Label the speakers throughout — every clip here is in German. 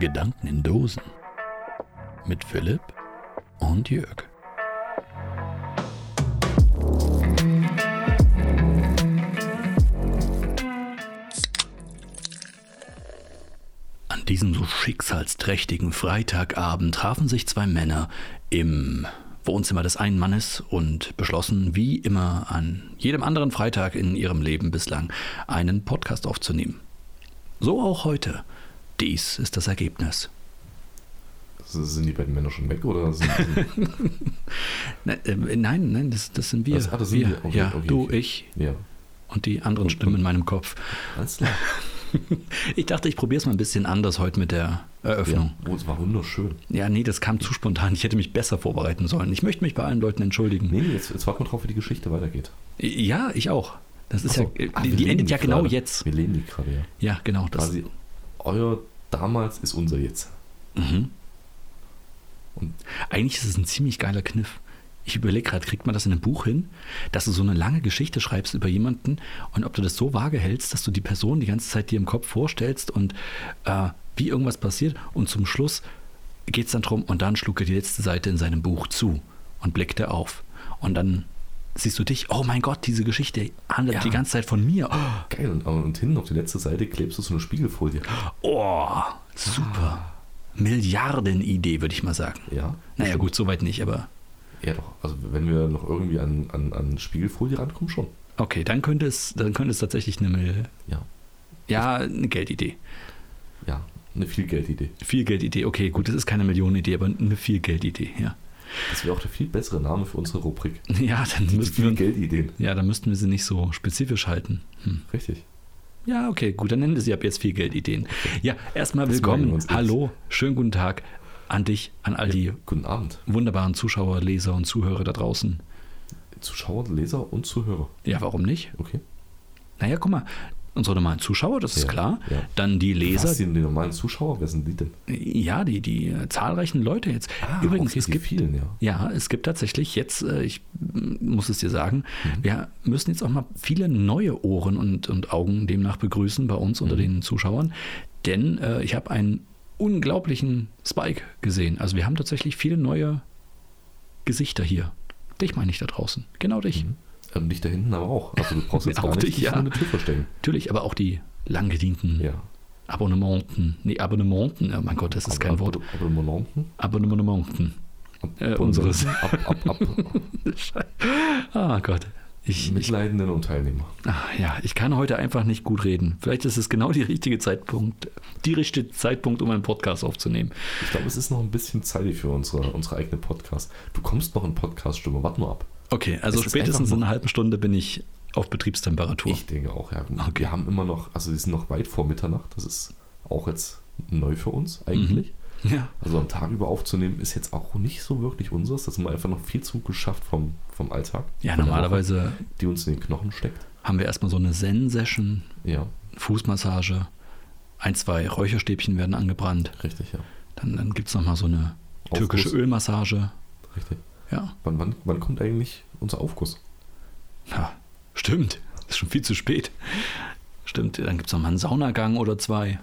Speaker 1: Gedanken in Dosen mit Philipp und Jörg. An diesem so schicksalsträchtigen Freitagabend trafen sich zwei Männer im Wohnzimmer des einen Mannes und beschlossen, wie immer an jedem anderen Freitag in ihrem Leben bislang, einen Podcast aufzunehmen. So auch heute. Dies ist das Ergebnis.
Speaker 2: Sind die beiden Männer schon weg oder sind, sind
Speaker 1: Ne, äh, nein, nein, das, das sind wir.
Speaker 2: Das- ah, das sind wir. Okay,
Speaker 1: ja,
Speaker 2: okay,
Speaker 1: du,
Speaker 2: okay.
Speaker 1: ich
Speaker 2: ja
Speaker 1: und die anderen Stimmen in meinem Kopf.
Speaker 2: alles klar.
Speaker 1: Ich dachte, ich probiere es mal ein bisschen anders heute mit der Eröffnung.
Speaker 2: Ja. Oh, es war wunderschön.
Speaker 1: Ja. nee, das kam zu spontan. Ich hätte mich besser vorbereiten sollen. Ich möchte mich bei allen Leuten entschuldigen.
Speaker 2: Nee, nee, jetzt, jetzt warten wir drauf, wie die Geschichte weitergeht.
Speaker 1: Ja, ich auch. Das ist
Speaker 2: Achso.
Speaker 1: ja, äh,
Speaker 2: Ah,
Speaker 1: die,
Speaker 2: wir
Speaker 1: die
Speaker 2: leben
Speaker 1: endet ja genau
Speaker 2: gerade.
Speaker 1: jetzt.
Speaker 2: Wir leben die gerade, ja.
Speaker 1: Ja, genau. Das,
Speaker 2: Quasi euer damals ist unser jetzt.
Speaker 1: mhm.
Speaker 2: Und
Speaker 1: Eigentlich ist es ein ziemlich geiler Kniff. Ich überlege gerade, kriegt man das in einem Buch hin, dass du so eine lange Geschichte schreibst über jemanden und ob du das so vage hältst, dass du die Person die ganze Zeit dir im Kopf vorstellst und äh, wie irgendwas passiert und zum Schluss geht es dann drum und dann schlug er die letzte Seite in seinem Buch zu und blickte auf. Und dann siehst du dich, oh mein Gott, diese Geschichte handelt
Speaker 2: Ja.
Speaker 1: die ganze Zeit von mir. Oh,
Speaker 2: geil. Und, und hinten auf die letzte Seite klebst du so eine Spiegelfolie.
Speaker 1: Oh, super. Milliardenidee, würde ich mal sagen.
Speaker 2: Ja.
Speaker 1: Naja gut, soweit nicht, aber
Speaker 2: Ja doch. Also wenn wir noch irgendwie an, an, an Spiegelfolie rankommen, schon.
Speaker 1: Okay, dann könnte es, dann könnte es tatsächlich eine Mil
Speaker 2: Ja.
Speaker 1: ja, eine Geldidee.
Speaker 2: Ja. Eine viel Geldidee.
Speaker 1: Viel Geldidee. Okay, gut, das ist keine Millionenidee, aber eine viel Geldidee, ja.
Speaker 2: Das wäre auch der viel bessere Name für unsere Rubrik.
Speaker 1: Ja, dann
Speaker 2: Die viel
Speaker 1: müssten wir,
Speaker 2: Geldideen.
Speaker 1: ja, dann müssten wir sie nicht so spezifisch halten. Hm.
Speaker 2: Richtig.
Speaker 1: Ja, okay, gut, dann nennen wir sie ab jetzt viel Geldideen. Ja, erstmal
Speaker 2: Das merken wir
Speaker 1: willkommen.
Speaker 2: uns jetzt.
Speaker 1: Hallo, schönen guten Tag an dich, an all die
Speaker 2: Guten Abend.
Speaker 1: wunderbaren Zuschauer, Leser und Zuhörer da draußen.
Speaker 2: Zuschauer, Leser und Zuhörer.
Speaker 1: Ja, warum nicht?
Speaker 2: Okay.
Speaker 1: Naja, guck mal, unsere normalen Zuschauer, das ist
Speaker 2: Ja,
Speaker 1: klar.
Speaker 2: ja.
Speaker 1: Dann die
Speaker 2: Was
Speaker 1: Leser,
Speaker 2: sind die normalen Zuschauer? Wer sind die denn?
Speaker 1: ja, die, die äh, zahlreichen Leute jetzt.
Speaker 2: Ah,
Speaker 1: Übrigens,
Speaker 2: auch
Speaker 1: es
Speaker 2: die
Speaker 1: gibt
Speaker 2: vielen, ja.
Speaker 1: Ja, es gibt tatsächlich jetzt, äh, ich m, muss es dir sagen, wir müssen jetzt auch mal viele neue Ohren und, und Augen demnach begrüßen bei uns unter den Zuschauern, denn äh, ich habe einen unglaublichen Spike gesehen. Also wir haben tatsächlich viele neue Gesichter hier. Dich meine ich da draußen, genau dich.
Speaker 2: Ähm, dich da hinten aber auch. Also du brauchst jetzt
Speaker 1: Auch
Speaker 2: gar nicht
Speaker 1: dich,
Speaker 2: dich
Speaker 1: ja.
Speaker 2: an der Tür verstecken.
Speaker 1: Natürlich, aber auch die langgedienten
Speaker 2: Ja.
Speaker 1: Abonnementen. Nee, Abonnementen, oh mein Gott, das ist kein Wort.
Speaker 2: Abonnementen?
Speaker 1: Abonnementen. Äh, unseres.
Speaker 2: Ab, ab, ab.
Speaker 1: Ah Gott, ich,
Speaker 2: Mitleidenden und Teilnehmer.
Speaker 1: Ah, ja, ich kann heute einfach nicht gut reden. Vielleicht ist es genau die richtige Zeitpunkt, die richtige Zeitpunkt, um einen Podcast aufzunehmen.
Speaker 2: Ich glaube, es ist noch ein bisschen zeitig für unsere, unsere eigene Podcast. Du kommst noch in Podcast-Stimme, warte nur ab.
Speaker 1: Okay, also
Speaker 2: Es ist
Speaker 1: spätestens
Speaker 2: einfach
Speaker 1: in einer halben Stunde bin ich auf Betriebstemperatur.
Speaker 2: Ich denke auch, ja.
Speaker 1: Okay.
Speaker 2: Wir haben immer noch, also wir sind noch weit vor Mitternacht. Das ist auch jetzt neu für uns
Speaker 1: Mhm.
Speaker 2: eigentlich.
Speaker 1: ja.
Speaker 2: Also am Tag über aufzunehmen ist jetzt auch nicht so wirklich unseres. Das haben wir einfach noch viel zu geschafft vom, vom Alltag.
Speaker 1: ja,
Speaker 2: Von der
Speaker 1: normalerweise
Speaker 2: Woche, die uns in den Knochen steckt.
Speaker 1: haben wir erstmal so eine Zen-Session,
Speaker 2: Ja,
Speaker 1: Fußmassage, ein, zwei Räucherstäbchen werden angebrannt.
Speaker 2: richtig, ja.
Speaker 1: Dann, dann gibt es nochmal so eine türkische
Speaker 2: Aufguss.
Speaker 1: Ölmassage.
Speaker 2: Richtig.
Speaker 1: Ja.
Speaker 2: Wann, wann, wann kommt eigentlich unser Aufguss?
Speaker 1: ja, stimmt. Ist schon viel zu spät. Stimmt, dann gibt es nochmal einen Saunagang oder zwei.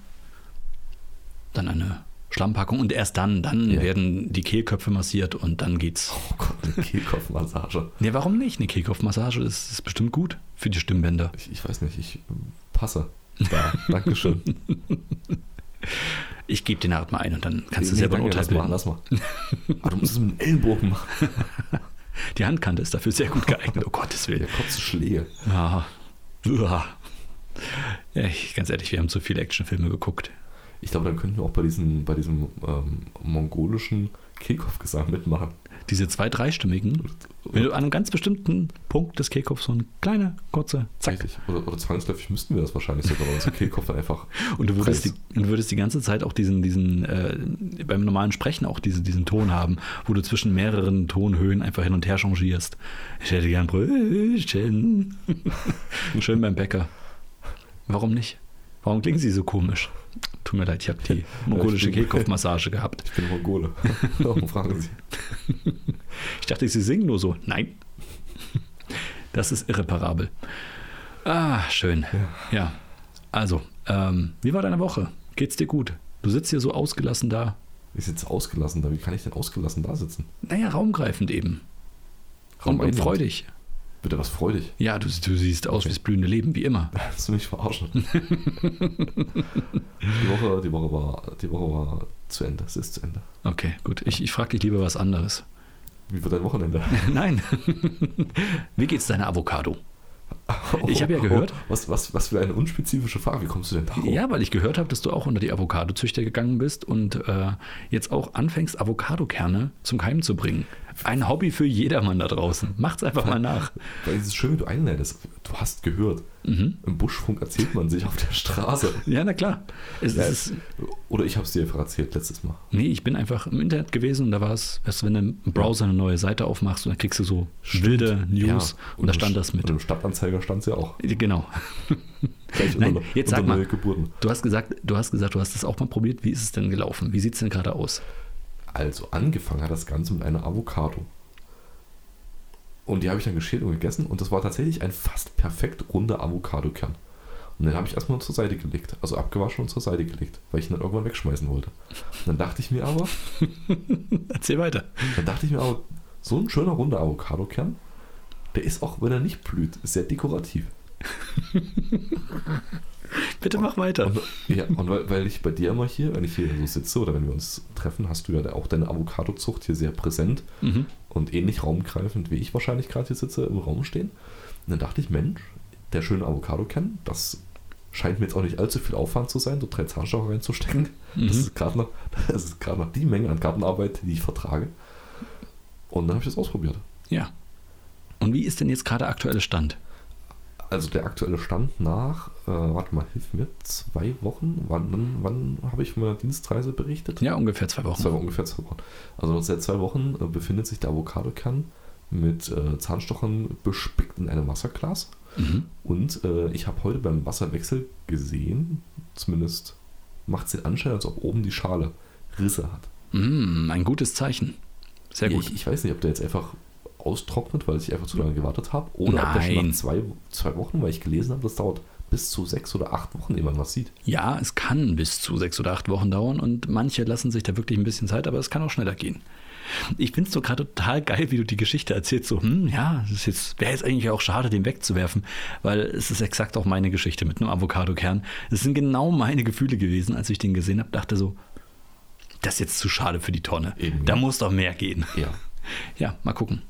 Speaker 1: Dann eine Schlammpackung und erst dann, dann
Speaker 2: Ja.
Speaker 1: werden die Kehlköpfe massiert und dann geht's.
Speaker 2: Oh Gott, eine Kehlkopfmassage.
Speaker 1: Ne, warum nicht? Eine Kehlkopfmassage ist, ist bestimmt gut für die Stimmbänder.
Speaker 2: Ich, ich weiß nicht, ich ähm, passe. Da, Dankeschön.
Speaker 1: Ich gebe den Art mal ein und dann kannst du
Speaker 2: Nee,
Speaker 1: selber ein
Speaker 2: danke,
Speaker 1: Urteil
Speaker 2: lass mal,
Speaker 1: bilden.
Speaker 2: lass mal. Aber du musst es mit dem Ellenbogen machen.
Speaker 1: Die Handkante ist dafür sehr gut geeignet, oh Gottes
Speaker 2: Der
Speaker 1: Willen.
Speaker 2: Kopf Schläge.
Speaker 1: Ja. Ja. Ja, ich, ganz ehrlich, wir haben zu viele Actionfilme geguckt.
Speaker 2: Ich glaube, dann könnten wir auch bei diesem, bei diesem ähm, mongolischen Kehlkopfgesang mitmachen.
Speaker 1: Diese zwei dreistimmigen, wenn du an einem ganz bestimmten Punkt des Kehlkopfs so ein kleiner, kurzer Zack.
Speaker 2: Richtig. Oder, oder zwangsläufig müssten wir das wahrscheinlich sogar, weil unser Kehlkopf dann einfach.
Speaker 1: Und du würdest, die,
Speaker 2: Preis.
Speaker 1: und du würdest die ganze Zeit auch diesen, diesen äh, beim normalen Sprechen auch diese, diesen Ton haben, wo du zwischen mehreren Tonhöhen einfach hin und her changierst. Ich hätte gern Brötchen. Schön beim Bäcker. Warum nicht? Warum klingen sie so komisch? Tut mir leid, ich habe die mongolische
Speaker 2: stimmt.
Speaker 1: Kehlkopfmassage gehabt.
Speaker 2: Ich bin Mongole. Warum fragen Sie?
Speaker 1: Ich dachte, sie singen nur so. Nein. Das ist irreparabel. Ah, schön. Ja. Also, ähm, wie war deine Woche? Geht's dir gut? Du sitzt hier so ausgelassen da.
Speaker 2: Ich sitze ausgelassen da. Wie kann ich denn ausgelassen da sitzen?
Speaker 1: Naja, raumgreifend eben. Und, und
Speaker 2: Raumeinwand.
Speaker 1: freudig.
Speaker 2: Bitte was freudig.
Speaker 1: Ja, du, du siehst aus wie das blühende Leben, wie immer.
Speaker 2: Hast du mich verarschen? die, Woche, die, Woche war, die Woche war zu Ende. Es ist zu Ende.
Speaker 1: Okay, gut. Ich, ich frage dich lieber was anderes.
Speaker 2: Wie wird dein Wochenende?
Speaker 1: Nein. wie geht's deiner Avocado? Ich habe ja gehört-
Speaker 2: Oh, was, was, was für eine unspezifische Frage. Wie kommst du denn darauf?
Speaker 1: Ja, weil ich gehört habe, dass du auch unter die Avocado-Züchter gegangen bist und äh, jetzt auch anfängst, Avocadokerne zum Keimen zu bringen. Ein Hobby für jedermann da draußen. Macht's einfach mal nach.
Speaker 2: Weil es ist schön, wie du einleitest. Du hast gehört.
Speaker 1: Mhm.
Speaker 2: Im Buschfunk erzählt man sich auf der Straße.
Speaker 1: Ja, na klar. Es,
Speaker 2: Ja,
Speaker 1: es ist,
Speaker 2: Oder ich habe es dir einfach erzählt letztes Mal.
Speaker 1: nee, ich bin einfach im Internet gewesen und da war es, weißt du, wenn du im Browser eine neue Seite aufmachst und dann kriegst du so wilde News
Speaker 2: Ja.
Speaker 1: und da stand das mit.
Speaker 2: Und im Stadtanzeiger stand es ja auch.
Speaker 1: Genau.
Speaker 2: Gleich
Speaker 1: Nein,
Speaker 2: unter,
Speaker 1: jetzt
Speaker 2: unter
Speaker 1: sag mal.
Speaker 2: neue Geburten.
Speaker 1: Du hast gesagt, du hast gesagt, du hast das auch mal probiert. Wie ist es denn gelaufen? Wie sieht es denn gerade aus?
Speaker 2: Also angefangen hat das Ganze mit einer Avocado. Und die habe ich dann geschält und gegessen und das war tatsächlich ein fast perfekt runder Avocadokern. Und den habe ich erstmal zur Seite gelegt, also abgewaschen und zur Seite gelegt, weil ich ihn dann irgendwann wegschmeißen wollte. Und dann dachte ich mir aber,
Speaker 1: Erzähl weiter.
Speaker 2: dann dachte ich mir aber, so ein schöner runder Avocadokern, der ist auch, wenn er nicht blüht, sehr dekorativ.
Speaker 1: Bitte mach weiter.
Speaker 2: Und, ja, und weil, weil ich bei dir immer hier, wenn ich hier so sitze oder wenn wir uns treffen, hast du ja auch deine Avocadozucht hier sehr präsent.
Speaker 1: Mhm.
Speaker 2: und ähnlich raumgreifend, wie ich wahrscheinlich gerade hier sitze, im Raum stehen. Und dann dachte ich, Mensch, der schöne Avocado-Kern, das scheint mir jetzt auch nicht allzu viel Aufwand zu sein, dort drei Zahnstocher reinzustecken.
Speaker 1: Mhm.
Speaker 2: Das ist gerade noch, das ist gerade noch die Menge an Gartenarbeit, die ich vertrage. Und dann habe ich das ausprobiert.
Speaker 1: Ja. Und wie ist denn jetzt gerade aktueller Stand?
Speaker 2: Also der aktuelle Stand nach, äh, warte mal, hilf mir, zwei Wochen, wann, wann, wann habe ich von meiner Dienstreise berichtet?
Speaker 1: Ja, ungefähr zwei Wochen.
Speaker 2: Zwei Wochen, ungefähr zwei Wochen. Also seit zwei Wochen äh, befindet sich der Avocado-Kern mit äh, Zahnstochern bespickt in einem Wasserglas.
Speaker 1: Mhm.
Speaker 2: Und äh, ich habe heute beim Wasserwechsel gesehen, zumindest macht es den Anschein, als ob oben die Schale Risse hat.
Speaker 1: Mm, ein gutes Zeichen. Sehr gut.
Speaker 2: Ich, ich weiß nicht, ob der jetzt einfach austrocknet, weil ich einfach zu lange gewartet habe, oder ob der schon
Speaker 1: Nein.
Speaker 2: nach zwei, zwei Wochen, weil ich gelesen habe, das dauert bis zu sechs oder acht Wochen, ehe man was sieht.
Speaker 1: Ja, es kann bis zu sechs oder acht Wochen dauern und manche lassen sich da wirklich ein bisschen Zeit, aber es kann auch schneller gehen. Ich finde es so gerade total geil, wie du die Geschichte erzählst. So, hm, ja, das ist jetzt, wäre jetzt eigentlich auch schade, den wegzuwerfen, weil es ist exakt auch meine Geschichte mit einem Avocado-Kern. Es sind genau meine Gefühle gewesen, als ich den gesehen habe, dachte so, das ist jetzt zu schade für die Tonne.
Speaker 2: Eben,
Speaker 1: da
Speaker 2: ja.
Speaker 1: muss doch mehr gehen.
Speaker 2: Ja.
Speaker 1: Ja, mal gucken.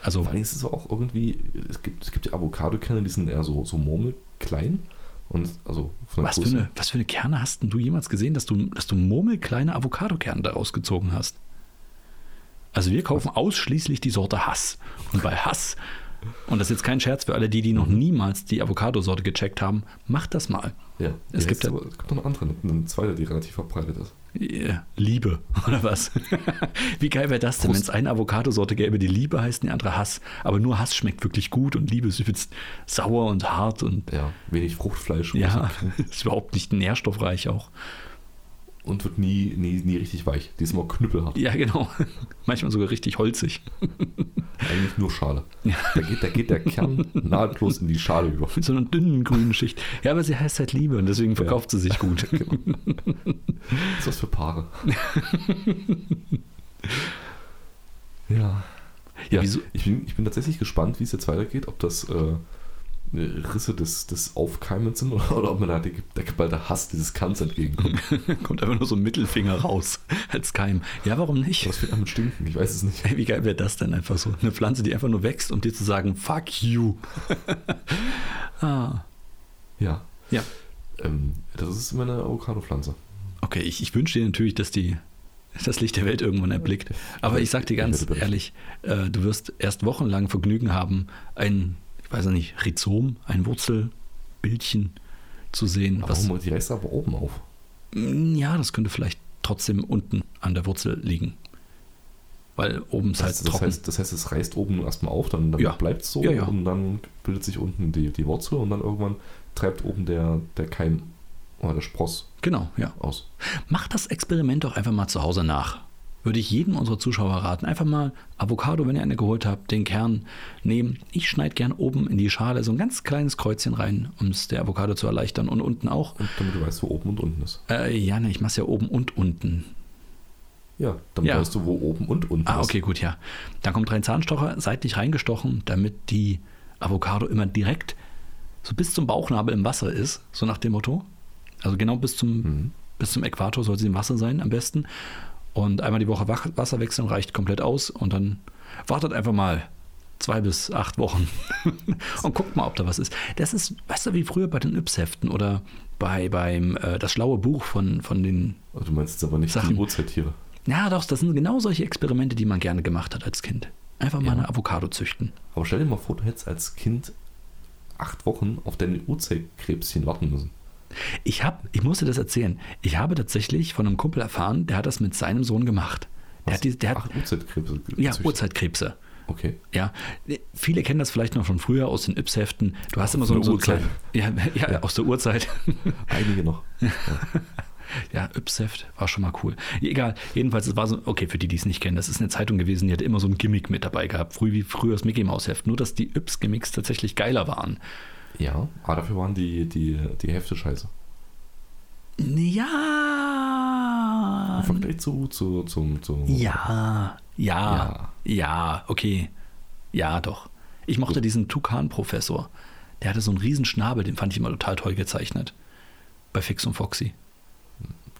Speaker 1: Also,
Speaker 2: Vor allem ist es auch irgendwie, es gibt, es gibt ja Avocado-Kerne, die sind eher so, so murmelklein. Und also von der
Speaker 1: was für,
Speaker 2: Größe-
Speaker 1: eine, was für eine Kerne hast denn du jemals gesehen, dass du, dass du murmelkleine Avocadokerne daraus gezogen hast? Also wir kaufen ausschließlich die Sorte Hass. Und bei Hass, und das ist jetzt kein Scherz für alle die, die noch niemals die Avocadosorte gecheckt haben, macht das mal.
Speaker 2: Ja,
Speaker 1: Es
Speaker 2: ja,
Speaker 1: gibt
Speaker 2: jetzt
Speaker 1: ja-
Speaker 2: aber- es gibt noch eine andere, eine zweite, die relativ verbreitet ist.
Speaker 1: Äh, Liebe, oder was? Wie geil wäre das denn, wenn es eine Avocadosorte gäbe, die Liebe heißt und die andere Hass. Aber nur Hass schmeckt wirklich gut und Liebe ist übelst sauer und hart und
Speaker 2: Ja, wenig Fruchtfleisch
Speaker 1: ja, ist überhaupt nicht nährstoffreich auch.
Speaker 2: und wird nie, nie, nie richtig weich. Die ist immer knüppelhart.
Speaker 1: Ja, genau. Manchmal sogar richtig holzig.
Speaker 2: Eigentlich nur Schale.
Speaker 1: Ja.
Speaker 2: Da, geht, da geht der Kern nahtlos in die Schale über.
Speaker 1: Mit so einer dünnen grünen Schicht. Ja, aber sie heißt halt Liebe und deswegen verkauft sie sich gut.
Speaker 2: Was ist das für Paare? ja. Ja,
Speaker 1: wieso-
Speaker 2: Ich, bin, ich bin tatsächlich gespannt, wie es jetzt weitergeht, ob das äh, Risse des, des Aufkeimens sind oder, oder ob man da der, der geballte Hass dieses Kerns entgegenkommt.
Speaker 1: Kommt einfach nur so ein Mittelfinger raus als Keim. Ja, warum nicht?
Speaker 2: Was wird damit stinken? Ich weiß es nicht.
Speaker 1: Ey, Wie geil wäre das denn einfach so? Eine Pflanze, die einfach nur wächst, um dir zu sagen, fuck you. ah,
Speaker 2: Ja.
Speaker 1: Ja.
Speaker 2: Ähm, das ist meine Avocado-Pflanze.
Speaker 1: okay, ich, ich wünsche dir natürlich, dass die das Licht der Welt irgendwann erblickt. Aber ich sag dir ganz
Speaker 2: Ich werde
Speaker 1: ehrlich, äh, du wirst erst wochenlang Vergnügen haben, ein, ich weiß ja nicht, Rhizom, ein Wurzelbildchen zu sehen,
Speaker 2: Aber
Speaker 1: was
Speaker 2: warum die Reste aber oben auf?
Speaker 1: Mm, Ja, das könnte vielleicht trotzdem unten an der Wurzel liegen. Weil oben ist halt
Speaker 2: Also Das, das,
Speaker 1: trocken.
Speaker 2: heißt, das heißt, es reißt oben erstmal auf, dann, dann
Speaker 1: Ja.
Speaker 2: bleibt es so
Speaker 1: Ja, ja.
Speaker 2: und dann bildet sich unten die, die Wurzel und dann irgendwann treibt oben der, der Keim oder der Spross
Speaker 1: genau, ja.
Speaker 2: aus.
Speaker 1: Mach das Experiment doch einfach mal zu Hause nach. würde ich jedem unserer Zuschauer raten, einfach mal Avocado, wenn ihr eine geholt habt, den Kern nehmen. Ich schneide gern oben in die Schale so ein ganz kleines Kreuzchen rein, um es der Avocado zu erleichtern und unten auch.
Speaker 2: Und damit du weißt, wo oben und unten ist.
Speaker 1: Äh, ja, ne, ich mache es ja oben und unten.
Speaker 2: Ja, damit
Speaker 1: Ja.
Speaker 2: weißt du, wo oben und unten
Speaker 1: Ah,
Speaker 2: ist.
Speaker 1: okay, gut, ja. Dann kommt rein Zahnstocher, seitlich reingestochen, damit die Avocado immer direkt so bis zum Bauchnabel im Wasser ist, so nach dem Motto. Also genau bis zum,
Speaker 2: Mhm.
Speaker 1: bis zum Äquator soll sie im Wasser sein, am besten. Und einmal die Woche Wach- Wasser wechseln reicht komplett aus und dann wartet einfach mal zwei bis acht Wochen und guckt mal, ob da was ist. Das ist, weißt du, wie früher bei den Yps-Heften oder bei, beim äh, das schlaue Buch von, von den
Speaker 2: Also Du meinst jetzt aber nicht
Speaker 1: Sachen.
Speaker 2: die Urzeittiere.
Speaker 1: ja, doch, das sind genau solche Experimente, die man gerne gemacht hat als Kind. Einfach mal
Speaker 2: Ja.
Speaker 1: eine Avocado züchten.
Speaker 2: Aber stell dir mal vor, du hättest als Kind acht Wochen auf deine Urzeitkrebschen warten müssen.
Speaker 1: Ich habe, ich musste das erzählen. Ich habe tatsächlich von einem Kumpel erfahren, der hat das mit seinem Sohn gemacht. Der
Speaker 2: Was?
Speaker 1: hat, die, der hat
Speaker 2: acht Urzeitkrebse
Speaker 1: ja,
Speaker 2: gezüchtet?
Speaker 1: Urzeitkrebse.
Speaker 2: Okay.
Speaker 1: Ja, viele kennen das vielleicht noch von früher aus den Yps-Heften. Du hast immer so,
Speaker 2: der
Speaker 1: so
Speaker 2: Urzeit.
Speaker 1: Ja, ja, aus der Urzeit.
Speaker 2: Einige noch.
Speaker 1: Ja, Yps-Heft war schon mal cool. Egal, jedenfalls, es war so, okay, für die, die es nicht kennen, das ist eine Zeitung gewesen, die hat immer so ein Gimmick mit dabei gehabt. Früh wie früher das Mickey-Maus-Heft. Nur, dass die Yps-Gimmicks tatsächlich geiler waren.
Speaker 2: Ja, aber Ah, dafür waren die, die, die Hefte scheiße.
Speaker 1: Ja.
Speaker 2: Im Vergleich zu, zu, zum, zum
Speaker 1: Ah, Ja. Ja.
Speaker 2: Ja.
Speaker 1: Ja, okay. Ja, doch. Ich mochte diesen Tukan-Professor. Der hatte so einen riesen Schnabel, den fand ich immer total toll gezeichnet. Bei Fix und Foxy.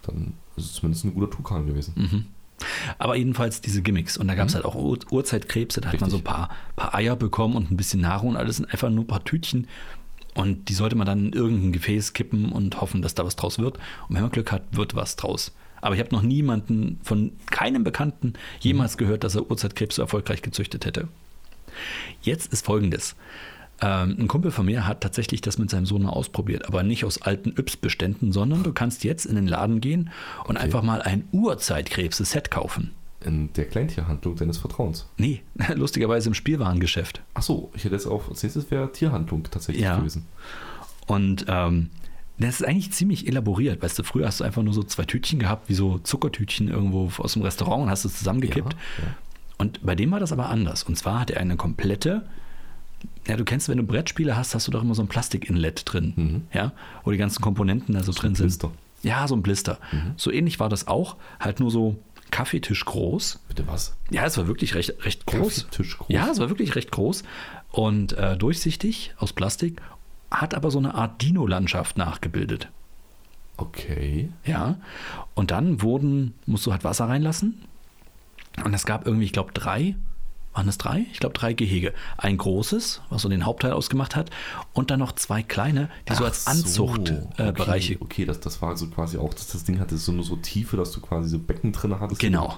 Speaker 2: dann ist es zumindest ein guter Tukan gewesen.
Speaker 1: Mhm. Aber jedenfalls diese Gimmicks. Und da gab es
Speaker 2: Mhm.
Speaker 1: halt auch Ur Urzeitkrebse. Da hat man
Speaker 2: Richtig.
Speaker 1: so ein paar, paar Eier bekommen und ein bisschen Nahrung und alles sind einfach nur ein paar Tütchen. Und die sollte man dann in irgendein Gefäß kippen und hoffen, dass da was draus wird. Und wenn man Glück hat, wird was draus. Aber ich habe noch niemanden von keinem Bekannten jemals gehört, dass er Urzeitkrebs so erfolgreich gezüchtet hätte. Jetzt ist folgendes. Ähm, ein Kumpel von mir hat tatsächlich das mit seinem Sohn mal ausprobiert, aber nicht aus alten Yps-Beständen, sondern du kannst jetzt in den Laden gehen und
Speaker 2: Okay.
Speaker 1: einfach mal ein Urzeitkrebse-Set kaufen.
Speaker 2: In der Kleintierhandlung deines Vertrauens.
Speaker 1: Nee, lustigerweise im Spielwarengeschäft.
Speaker 2: Achso, ich hätte jetzt auch, als nächstes wäre Tierhandlung tatsächlich
Speaker 1: Ja.
Speaker 2: gewesen.
Speaker 1: Und ähm, das ist eigentlich ziemlich elaboriert. Weißt du, früher hast du einfach nur so zwei Tütchen gehabt, wie so Zuckertütchen irgendwo aus dem Restaurant und hast es zusammengekippt.
Speaker 2: Ja, ja.
Speaker 1: Und bei dem war das aber anders. Und zwar hat er eine komplette, ja, du kennst, wenn du Brettspiele hast, hast du doch immer so ein Plastik-Inlet drin,
Speaker 2: Mhm.
Speaker 1: ja, wo die ganzen Komponenten da so drin sind.
Speaker 2: Blister. Mhm.
Speaker 1: Ja, so ein Blister. So ähnlich war das auch, halt nur so Kaffeetisch groß.
Speaker 2: Bitte was?
Speaker 1: Ja, es war wirklich recht, recht groß.
Speaker 2: Kaffeetisch groß.
Speaker 1: Ja, es war wirklich recht groß und äh, durchsichtig aus Plastik, hat aber so eine Art Dino-Landschaft nachgebildet.
Speaker 2: Okay.
Speaker 1: Ja. Und dann wurden, musst du halt Wasser reinlassen. Und es gab irgendwie, ich glaube, drei, waren es drei? Ich glaube, drei Gehege. Ein großes, was so den Hauptteil ausgemacht hat, und dann noch zwei kleine, die so als
Speaker 2: Ach
Speaker 1: Anzuchtbereiche äh,
Speaker 2: okay,
Speaker 1: Bereiche
Speaker 2: Okay, das, das war so quasi auch, dass das Ding hatte so nur so Tiefe, dass du quasi so Becken drin hattest.
Speaker 1: Genau.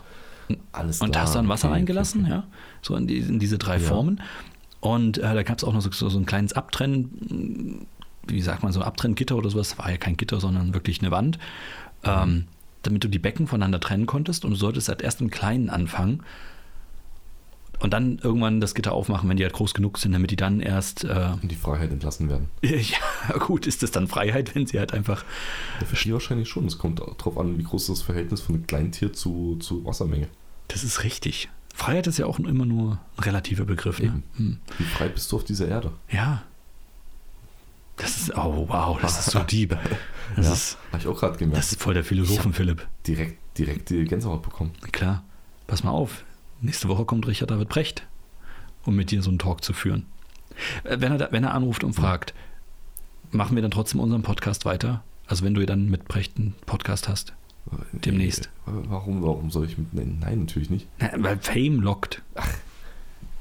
Speaker 2: Alles
Speaker 1: Und da
Speaker 2: da
Speaker 1: hast du dann Wasser
Speaker 2: okay, okay,
Speaker 1: reingelassen,
Speaker 2: okay.
Speaker 1: ja, so in, die, in diese drei Formen. Und äh, da gab es auch noch so, so so ein kleines Abtrennen, hm, wie sagt man so, Abtrenngitter oder sowas. War ja kein Gitter, sondern wirklich eine Wand, ähm, damit du die Becken voneinander trennen konntest. Und du solltest halt erst im Kleinen anfangen und dann irgendwann das Gitter aufmachen, wenn die halt groß genug sind, damit die dann erst. Äh,
Speaker 2: Und die Freiheit entlassen werden.
Speaker 1: ja, gut, ist das dann Freiheit, wenn sie halt einfach.
Speaker 2: Ja, verstehe wahrscheinlich schon. Es kommt darauf an, wie groß ist das Verhältnis von einem Kleintier zu, zu Wassermenge.
Speaker 1: Das ist richtig. Freiheit ist ja auch immer nur ein relativer Begriff. Ne?
Speaker 2: Eben.
Speaker 1: Hm.
Speaker 2: Wie frei bist du auf dieser Erde?
Speaker 1: Ja. Das ist, oh wow, das ist so deep. Das, ist,
Speaker 2: Habe ich auch gerade gemerkt.
Speaker 1: das ist voll der Philosophen, Philipp.
Speaker 2: direkt, direkt die Gänsehaut bekommen.
Speaker 1: Klar, pass mal auf. Nächste Woche kommt Richard David Brecht, um mit dir so einen Talk zu führen. Äh, Wenn er, da- wenn er anruft und fragt, machen wir dann trotzdem unseren Podcast weiter? Also wenn du dann mit Brecht einen Podcast hast. Demnächst.
Speaker 2: Äh, Warum, warum soll ich mit. Nein, nein, natürlich nicht.
Speaker 1: Na, Weil Fame lockt.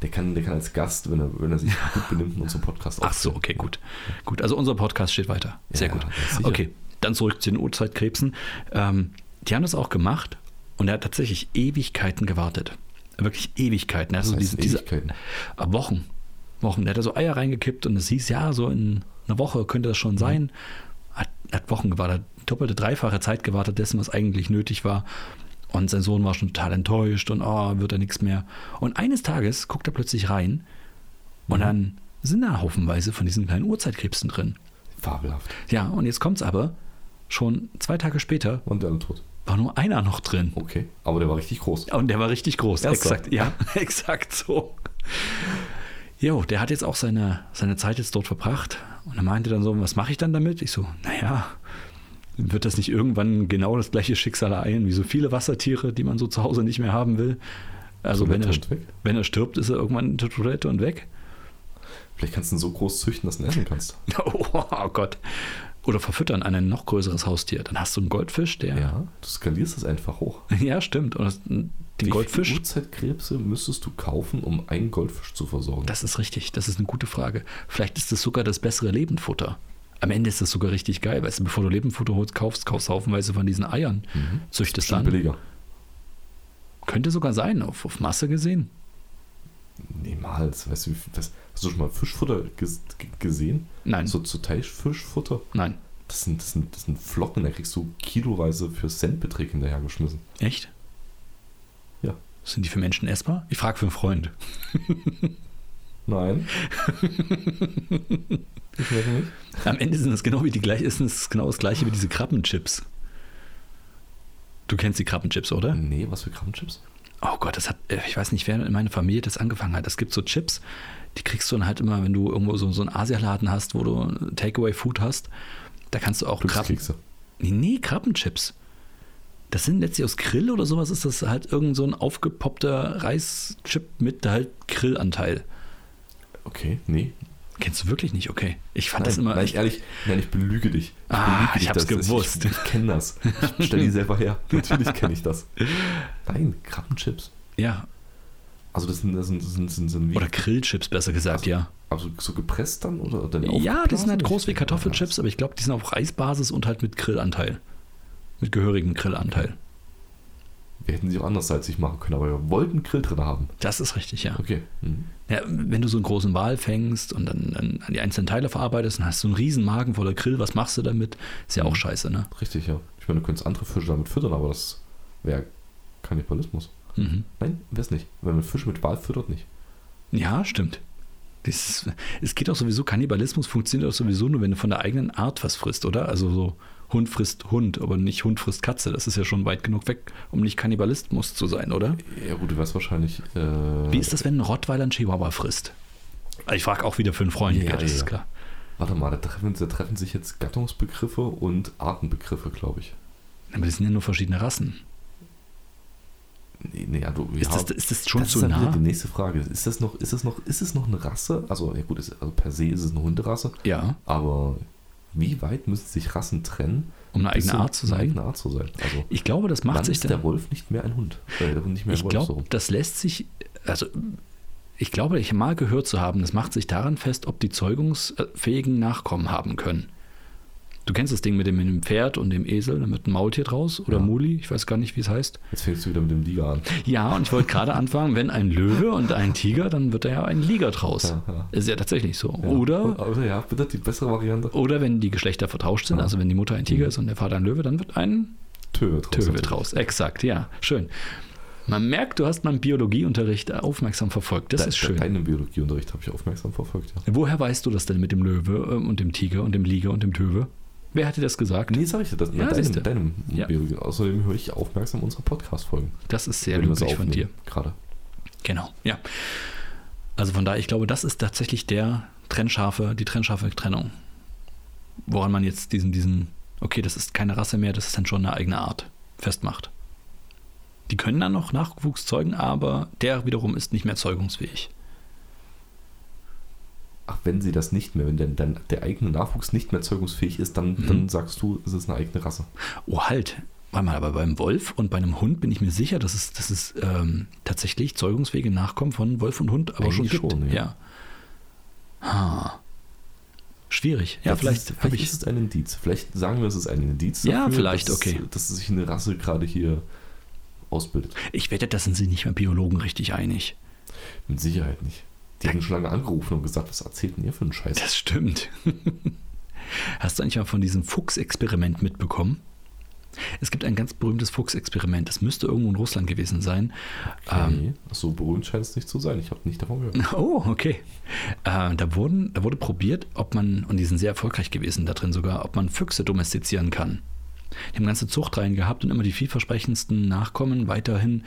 Speaker 2: Der kann, der kann als Gast, wenn er, wenn er sich gut benimmt, in unserem Podcast
Speaker 1: Ach so,
Speaker 2: auftreten.
Speaker 1: okay, gut. Gut, also unser Podcast steht weiter.
Speaker 2: Ja,
Speaker 1: Sehr
Speaker 2: ja,
Speaker 1: gut.
Speaker 2: das ist sicher.
Speaker 1: Okay, also dann zurück zu den Urzeitkrebsen. Ähm, die haben das auch gemacht und er hat tatsächlich Ewigkeiten gewartet. Wirklich Ewigkeiten. Also
Speaker 2: Das
Speaker 1: diese,
Speaker 2: heißt,
Speaker 1: diese
Speaker 2: Ewigkeiten.
Speaker 1: äh, Wochen. Wochen. Der hat da so Eier reingekippt und es hieß, ja, so in einer Woche könnte das
Speaker 2: Mhm.
Speaker 1: schon sein. Hat, hat Wochen gewartet, doppelte, dreifache Zeit gewartet dessen, was eigentlich nötig war. Und sein Sohn war schon total enttäuscht und oh, wird er nichts mehr. Und eines Tages guckt er plötzlich rein
Speaker 2: Mhm.
Speaker 1: und dann sind da haufenweise von diesen kleinen Urzeitkrebsen drin.
Speaker 2: Fabelhaft.
Speaker 1: Ja, und jetzt kommt's aber. Schon zwei Tage später
Speaker 2: Und der andere tot.
Speaker 1: war nur einer noch drin.
Speaker 2: Okay, aber der war richtig groß.
Speaker 1: Ja, Und der war richtig groß.
Speaker 2: Ernsthaft?
Speaker 1: Exakt, ja, exakt so. Jo, der hat jetzt auch seine, seine Zeit jetzt dort verbracht. Und er meinte dann so, was mache ich dann damit? Ich so, naja, wird das nicht irgendwann genau das gleiche Schicksal ereilen wie so viele Wassertiere, die man so zu Hause nicht mehr haben will? Also
Speaker 2: So
Speaker 1: wenn er,
Speaker 2: nett und weg.
Speaker 1: wenn er stirbt, ist er irgendwann in der Toilette und weg?
Speaker 2: Vielleicht kannst du ihn so groß züchten, dass du ihn essen kannst.
Speaker 1: Oh, Gott. Oder verfüttern an ein noch größeres Haustier. Dann hast du einen Goldfisch, der...
Speaker 2: Ja, du skalierst es einfach hoch.
Speaker 1: Ja, stimmt. Und das, den
Speaker 2: Wie
Speaker 1: Goldfisch...
Speaker 2: viele Urzeitkrebse müsstest du kaufen, um einen Goldfisch zu versorgen?
Speaker 1: Das ist richtig, das ist eine gute Frage. Vielleicht ist das sogar das bessere Lebenfutter. Am Ende ist das sogar richtig geil, weißt du, bevor du Lebenfutter holst, kaufst, kaufst haufenweise von diesen Eiern. Züchtest
Speaker 2: Bestimmt
Speaker 1: dann.
Speaker 2: Mhm. billiger.
Speaker 1: Könnte sogar sein, auf, auf Masse gesehen.
Speaker 2: Niemals. Weißt du, wie viel- das, hast du schon mal Fischfutter ges g- gesehen?
Speaker 1: Nein,
Speaker 2: So zu Teichfischfutter?
Speaker 1: nein.
Speaker 2: Das sind, das, sind, das sind Flocken, da kriegst du kiloweise für Centbeträge hinterhergeschmissen.
Speaker 1: Echt?
Speaker 2: Ja.
Speaker 1: Sind die für Menschen essbar? Ich frage für einen Freund.
Speaker 2: Nein. Die schmecken nicht.
Speaker 1: Am Ende sind es genau wie die gleich, ist es genau das gleiche wie diese Krabbenchips. Du kennst die Krabbenchips, oder?
Speaker 2: Nee, was für Krabbenchips?
Speaker 1: Oh Gott, das hat, äh, ich weiß nicht, wer in meiner Familie das angefangen hat. Es gibt so Chips, die kriegst du dann halt immer, wenn du irgendwo so, so einen Asialaden hast, wo du äh, Takeaway-Food hast, da kannst du auch Krabben.
Speaker 2: Glückskekse.
Speaker 1: Nee, nee, Krabbenchips. Das sind letztlich aus Grill oder sowas, ist das halt irgend so ein aufgepoppter Reischip mit halt Grillanteil.
Speaker 2: Okay, nee.
Speaker 1: Kennst du wirklich nicht? Okay. Ich fand
Speaker 2: Nein,
Speaker 1: das immer.
Speaker 2: nein,
Speaker 1: ich,
Speaker 2: ehrlich, nein, ich belüge dich. Ich
Speaker 1: Ah,
Speaker 2: belüge
Speaker 1: ich hab's
Speaker 2: das ist-
Speaker 1: gewusst.
Speaker 2: Ich, ich kenne das. Ich stell die selber her. Natürlich kenne ich das. Nein, Krabbenchips.
Speaker 1: ja,
Speaker 2: Also das sind, das sind, das sind, das sind, sind wie,
Speaker 1: oder Grillchips besser gesagt,
Speaker 2: Also,
Speaker 1: ja.
Speaker 2: also so gepresst dann oder, oder
Speaker 1: Ja, die sind halt
Speaker 2: aufgeblasen?
Speaker 1: groß wie
Speaker 2: Ich-
Speaker 1: Kartoffelchips, aber ich glaube, die sind auf Reisbasis und halt mit Grillanteil. Mit gehörigem Grillanteil.
Speaker 2: Wir hätten sie auch anders salzig machen können, aber wir wollten einen Grill drin haben.
Speaker 1: Das ist richtig, ja.
Speaker 2: Okay. Mhm.
Speaker 1: ja wenn du so einen großen Wal fängst und dann, dann an die einzelnen Teile verarbeitest und hast so einen riesen Magen voller Grill, was machst du damit? Ist
Speaker 2: Mhm.
Speaker 1: ja auch scheiße, ne?
Speaker 2: Richtig, ja. Ich meine, du könntest andere Fische damit füttern, aber das wäre Kannibalismus.
Speaker 1: Mhm.
Speaker 2: Nein, wär's nicht. Wenn man Fische mit Wal füttert, nicht.
Speaker 1: Ja, stimmt. Das, es geht auch sowieso, Kannibalismus funktioniert auch sowieso nur, wenn du von der eigenen Art was frisst, oder? Also so Hund frisst Hund, aber nicht Hund frisst Katze. Das ist ja schon weit genug weg, um nicht Kannibalismus zu sein, oder?
Speaker 2: Ja gut, du wärst wahrscheinlich... Äh,
Speaker 1: Wie ist das, wenn ein Rottweiler einen Chihuahua frisst? Also Ich frage auch wieder für einen Freund,
Speaker 2: Ja,
Speaker 1: gell, das
Speaker 2: ja.
Speaker 1: ist klar.
Speaker 2: Warte mal, da treffen, da treffen sich jetzt Gattungsbegriffe und Artenbegriffe, glaube ich.
Speaker 1: Aber das sind ja nur verschiedene Rassen.
Speaker 2: Nee, nee, ja, du, ja,
Speaker 1: Ist, das, ist das schon
Speaker 2: das
Speaker 1: zu
Speaker 2: ist halt dann wieder
Speaker 1: nah?
Speaker 2: die nächste Frage. Ist das noch, ist das noch, ist es noch eine Rasse? Also, ja gut, ist, also per se ist es eine Hunderasse,
Speaker 1: Ja,
Speaker 2: aber wie weit müssen sich Rassen trennen,
Speaker 1: um eine eigene
Speaker 2: bis sie
Speaker 1: Art zu
Speaker 2: eine
Speaker 1: sein.
Speaker 2: eigene Art zu sein? Also,
Speaker 1: Ich glaube, das
Speaker 2: wann
Speaker 1: macht sich
Speaker 2: ist der
Speaker 1: dann.
Speaker 2: Wolf nicht mehr ein Hund? Äh, der Hund nicht mehr ein
Speaker 1: Ich
Speaker 2: Wolf. so
Speaker 1: glaube,
Speaker 2: rum.
Speaker 1: das lässt sich. Also, ich glaube, ich habe mal gehört zu haben, das macht sich daran fest, ob die zeugungsfähigen Nachkommen haben können. Du kennst das Ding mit dem, mit dem Pferd und dem Esel, dann wird ein Maultier draus oder
Speaker 2: Ja.
Speaker 1: Muli, ich weiß gar nicht, wie es heißt.
Speaker 2: Jetzt fängst du wieder mit dem Liga an.
Speaker 1: Ja, und ich wollte gerade anfangen, wenn ein Löwe und ein Tiger, dann wird da ja ein Liger draus.
Speaker 2: Ja, ja.
Speaker 1: Ist ja tatsächlich so.
Speaker 2: Ja.
Speaker 1: Oder,
Speaker 2: Oder ja, bitte die bessere Variante.
Speaker 1: oder wenn die Geschlechter vertauscht sind,
Speaker 2: Ja. Mhm.
Speaker 1: also wenn die Mutter ein Tiger ist und der Vater ein Löwe, dann wird ein
Speaker 2: Töwe draus.
Speaker 1: Töwe draus. Exakt, ja, schön. Man merkt, du hast meinen Biologieunterricht aufmerksam verfolgt. Das
Speaker 2: Das
Speaker 1: ist schön.
Speaker 2: Deinen Biologieunterricht habe ich aufmerksam verfolgt, ja.
Speaker 1: Woher weißt du das denn mit dem Löwe ähm, und dem Tiger und dem Liger und dem Töwe? Wer hat dir das gesagt?
Speaker 2: Nee, sag ich dir das.
Speaker 1: Ja,
Speaker 2: Ja,
Speaker 1: siehste.
Speaker 2: deinem, deinem
Speaker 1: Ja.
Speaker 2: Biologie. Außerdem höre ich aufmerksam unsere Podcast-Folgen.
Speaker 1: Das ist sehr
Speaker 2: wenn wir sie
Speaker 1: löblich von dir.
Speaker 2: aufnehmen, Gerade.
Speaker 1: Genau, ja. Also von daher, ich glaube, das ist tatsächlich der trennscharfe, die trennscharfe Trennung. Woran man jetzt diesen, diesen, okay, das ist keine Rasse mehr, das ist dann schon eine eigene Art, festmacht. Die können dann noch Nachwuchs zeugen, aber der wiederum ist nicht mehr zeugungsfähig.
Speaker 2: Ach, wenn sie das nicht mehr, wenn denn dann der eigene Nachwuchs nicht mehr zeugungsfähig ist, dann,
Speaker 1: Mhm.
Speaker 2: dann sagst du, es ist eine eigene Rasse.
Speaker 1: Oh, halt. Warte mal, aber beim Wolf und bei einem Hund bin ich mir sicher, dass es, dass es ähm, tatsächlich zeugungsfähige Nachkommen von Wolf und Hund aber
Speaker 2: Eigentlich
Speaker 1: schon gibt.
Speaker 2: schon,
Speaker 1: ja.
Speaker 2: ja.
Speaker 1: Ha. Schwierig. Ja,
Speaker 2: Jetzt
Speaker 1: vielleicht,
Speaker 2: ist,
Speaker 1: habe
Speaker 2: vielleicht
Speaker 1: ich.
Speaker 2: ist es ein Indiz. Vielleicht sagen wir, es ist ein Indiz.
Speaker 1: Ja, vielleicht,
Speaker 2: dass,
Speaker 1: okay.
Speaker 2: Dass sich eine Rasse gerade hier ausbildet.
Speaker 1: Ich wette, da sind sie nicht mehr Biologen richtig einig.
Speaker 2: Mit Sicherheit nicht. Die
Speaker 1: Ja.
Speaker 2: haben schon lange angerufen und gesagt, was erzählt denn ihr für einen Scheiß?
Speaker 1: Das stimmt. Hast du eigentlich mal von diesem Fuchsexperiment mitbekommen? Es gibt ein ganz berühmtes Fuchsexperiment. Das müsste irgendwo in Russland gewesen sein. Ähm,
Speaker 2: Nee, so berühmt scheint es nicht zu sein. Ich habe nicht davon gehört.
Speaker 1: Oh, okay. Äh, da, wurden, da wurde probiert, ob man, und die sind sehr erfolgreich gewesen da drin sogar, ob man Füchse domestizieren kann. Die haben ganze Zucht rein gehabt und immer die vielversprechendsten Nachkommen weiterhin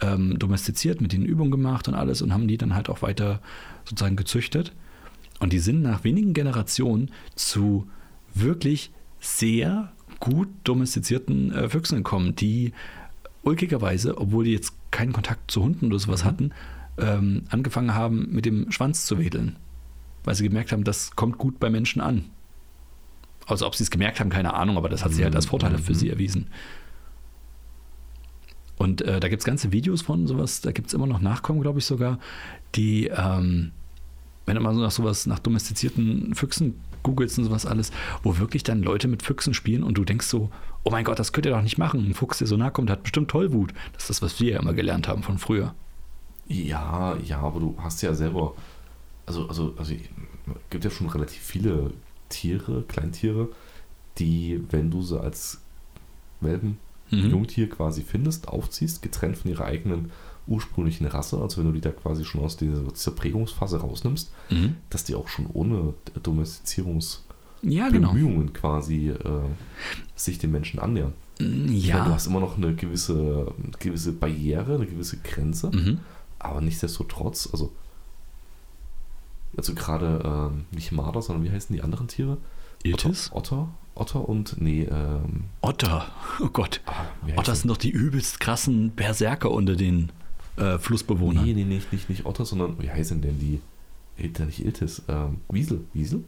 Speaker 1: ähm, domestiziert, mit denen Übungen gemacht und alles und haben die dann halt auch weiter sozusagen gezüchtet. Und die sind nach wenigen Generationen zu wirklich sehr gut domestizierten äh, Füchsen gekommen, die ulkigerweise, obwohl die jetzt keinen Kontakt zu Hunden oder sowas hatten, ähm, angefangen haben, mit dem Schwanz zu wedeln. Weil sie gemerkt haben, das kommt gut bei Menschen an. Also ob sie es gemerkt haben, keine Ahnung, aber das hat sich halt als Vorteile für sie erwiesen. Und äh, da gibt es ganze Videos von sowas, da gibt es immer noch Nachkommen, glaube ich sogar, die, ähm, wenn du mal so nach sowas, nach domestizierten Füchsen googelst und sowas alles, wo wirklich dann Leute mit Füchsen spielen und du denkst so, oh mein Gott, das könnt ihr doch nicht machen. Ein Fuchs, der so nah kommt, hat bestimmt Tollwut. Das ist das, was wir ja immer gelernt haben von früher.
Speaker 2: Ja, ja, aber du hast ja selber. Also, also, also ich- gibt ja schon relativ viele Tiere, Kleintiere, die, wenn du sie als Welpen,
Speaker 1: Mhm.
Speaker 2: Jungtier quasi findest, aufziehst, getrennt von ihrer eigenen ursprünglichen Rasse, also wenn du die da quasi schon aus dieser, aus dieser Prägungsphase rausnimmst,
Speaker 1: Mhm.
Speaker 2: dass die auch schon ohne Domestizierungsbemühungen
Speaker 1: Ja, genau.
Speaker 2: quasi äh, sich den Menschen annähern. Ich meine, du
Speaker 1: Mhm, Ja.
Speaker 2: hast immer noch eine gewisse, eine gewisse Barriere, eine gewisse Grenze.
Speaker 1: Mhm.
Speaker 2: Aber nichtsdestotrotz, also, also gerade ähm, nicht Marder, sondern wie heißen die anderen Tiere? Otter,
Speaker 1: Iltis?
Speaker 2: Otter, Otter und nee, ähm,
Speaker 1: Otter. Oh Gott.
Speaker 2: ah, wie heißt
Speaker 1: Otter sind doch die übelst krassen Berserker unter den äh,
Speaker 2: der?
Speaker 1: Flussbewohnern.
Speaker 2: nee, nee, nicht, nicht, nicht Otter, sondern wie heißen denn die? Hilter, nicht Iltis, ähm, Wiesel, Wiesel?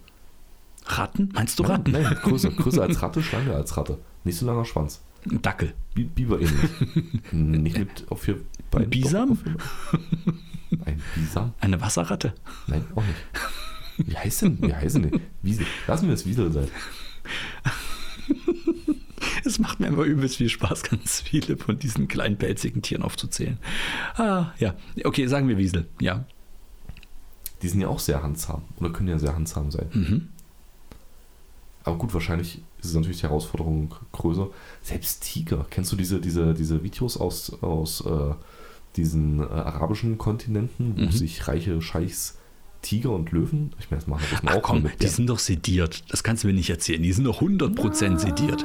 Speaker 1: Ratten? Meinst du Ratten?
Speaker 2: Nein, nein, größer, größer als Ratte, Schlange als Ratte. Nicht so langer Schwanz.
Speaker 1: Ein Dackel.
Speaker 2: Bi Biber ähnlich. nicht mit auf vier Beinen.
Speaker 1: Bisam?
Speaker 2: doch, auf vier- Ein Bisam?
Speaker 1: Eine Wasserratte?
Speaker 2: Nein, auch nicht. Wie heißt denn? Wie heißen die? Wiesel. Lassen wir es Wiesel sein.
Speaker 1: Es macht mir immer übelst viel Spaß, ganz viele von diesen kleinen pelzigen Tieren aufzuzählen. Ah, ja. Okay, sagen wir Wiesel. Ja.
Speaker 2: Die sind ja auch sehr handsam oder können ja sehr handsam sein.
Speaker 1: Mhm.
Speaker 2: Aber gut, wahrscheinlich ist es natürlich die Herausforderung größer. Selbst Tiger, kennst du diese, diese, diese Videos aus, aus äh, diesen äh, arabischen Kontinenten, wo
Speaker 1: Mhm.
Speaker 2: sich reiche Scheichs Tiger und Löwen, ich meine, das machen das
Speaker 1: Ach
Speaker 2: auch
Speaker 1: komm,
Speaker 2: mit
Speaker 1: die
Speaker 2: Bären.
Speaker 1: sind doch sediert. Das kannst du mir nicht erzählen. Die sind doch 100% sediert.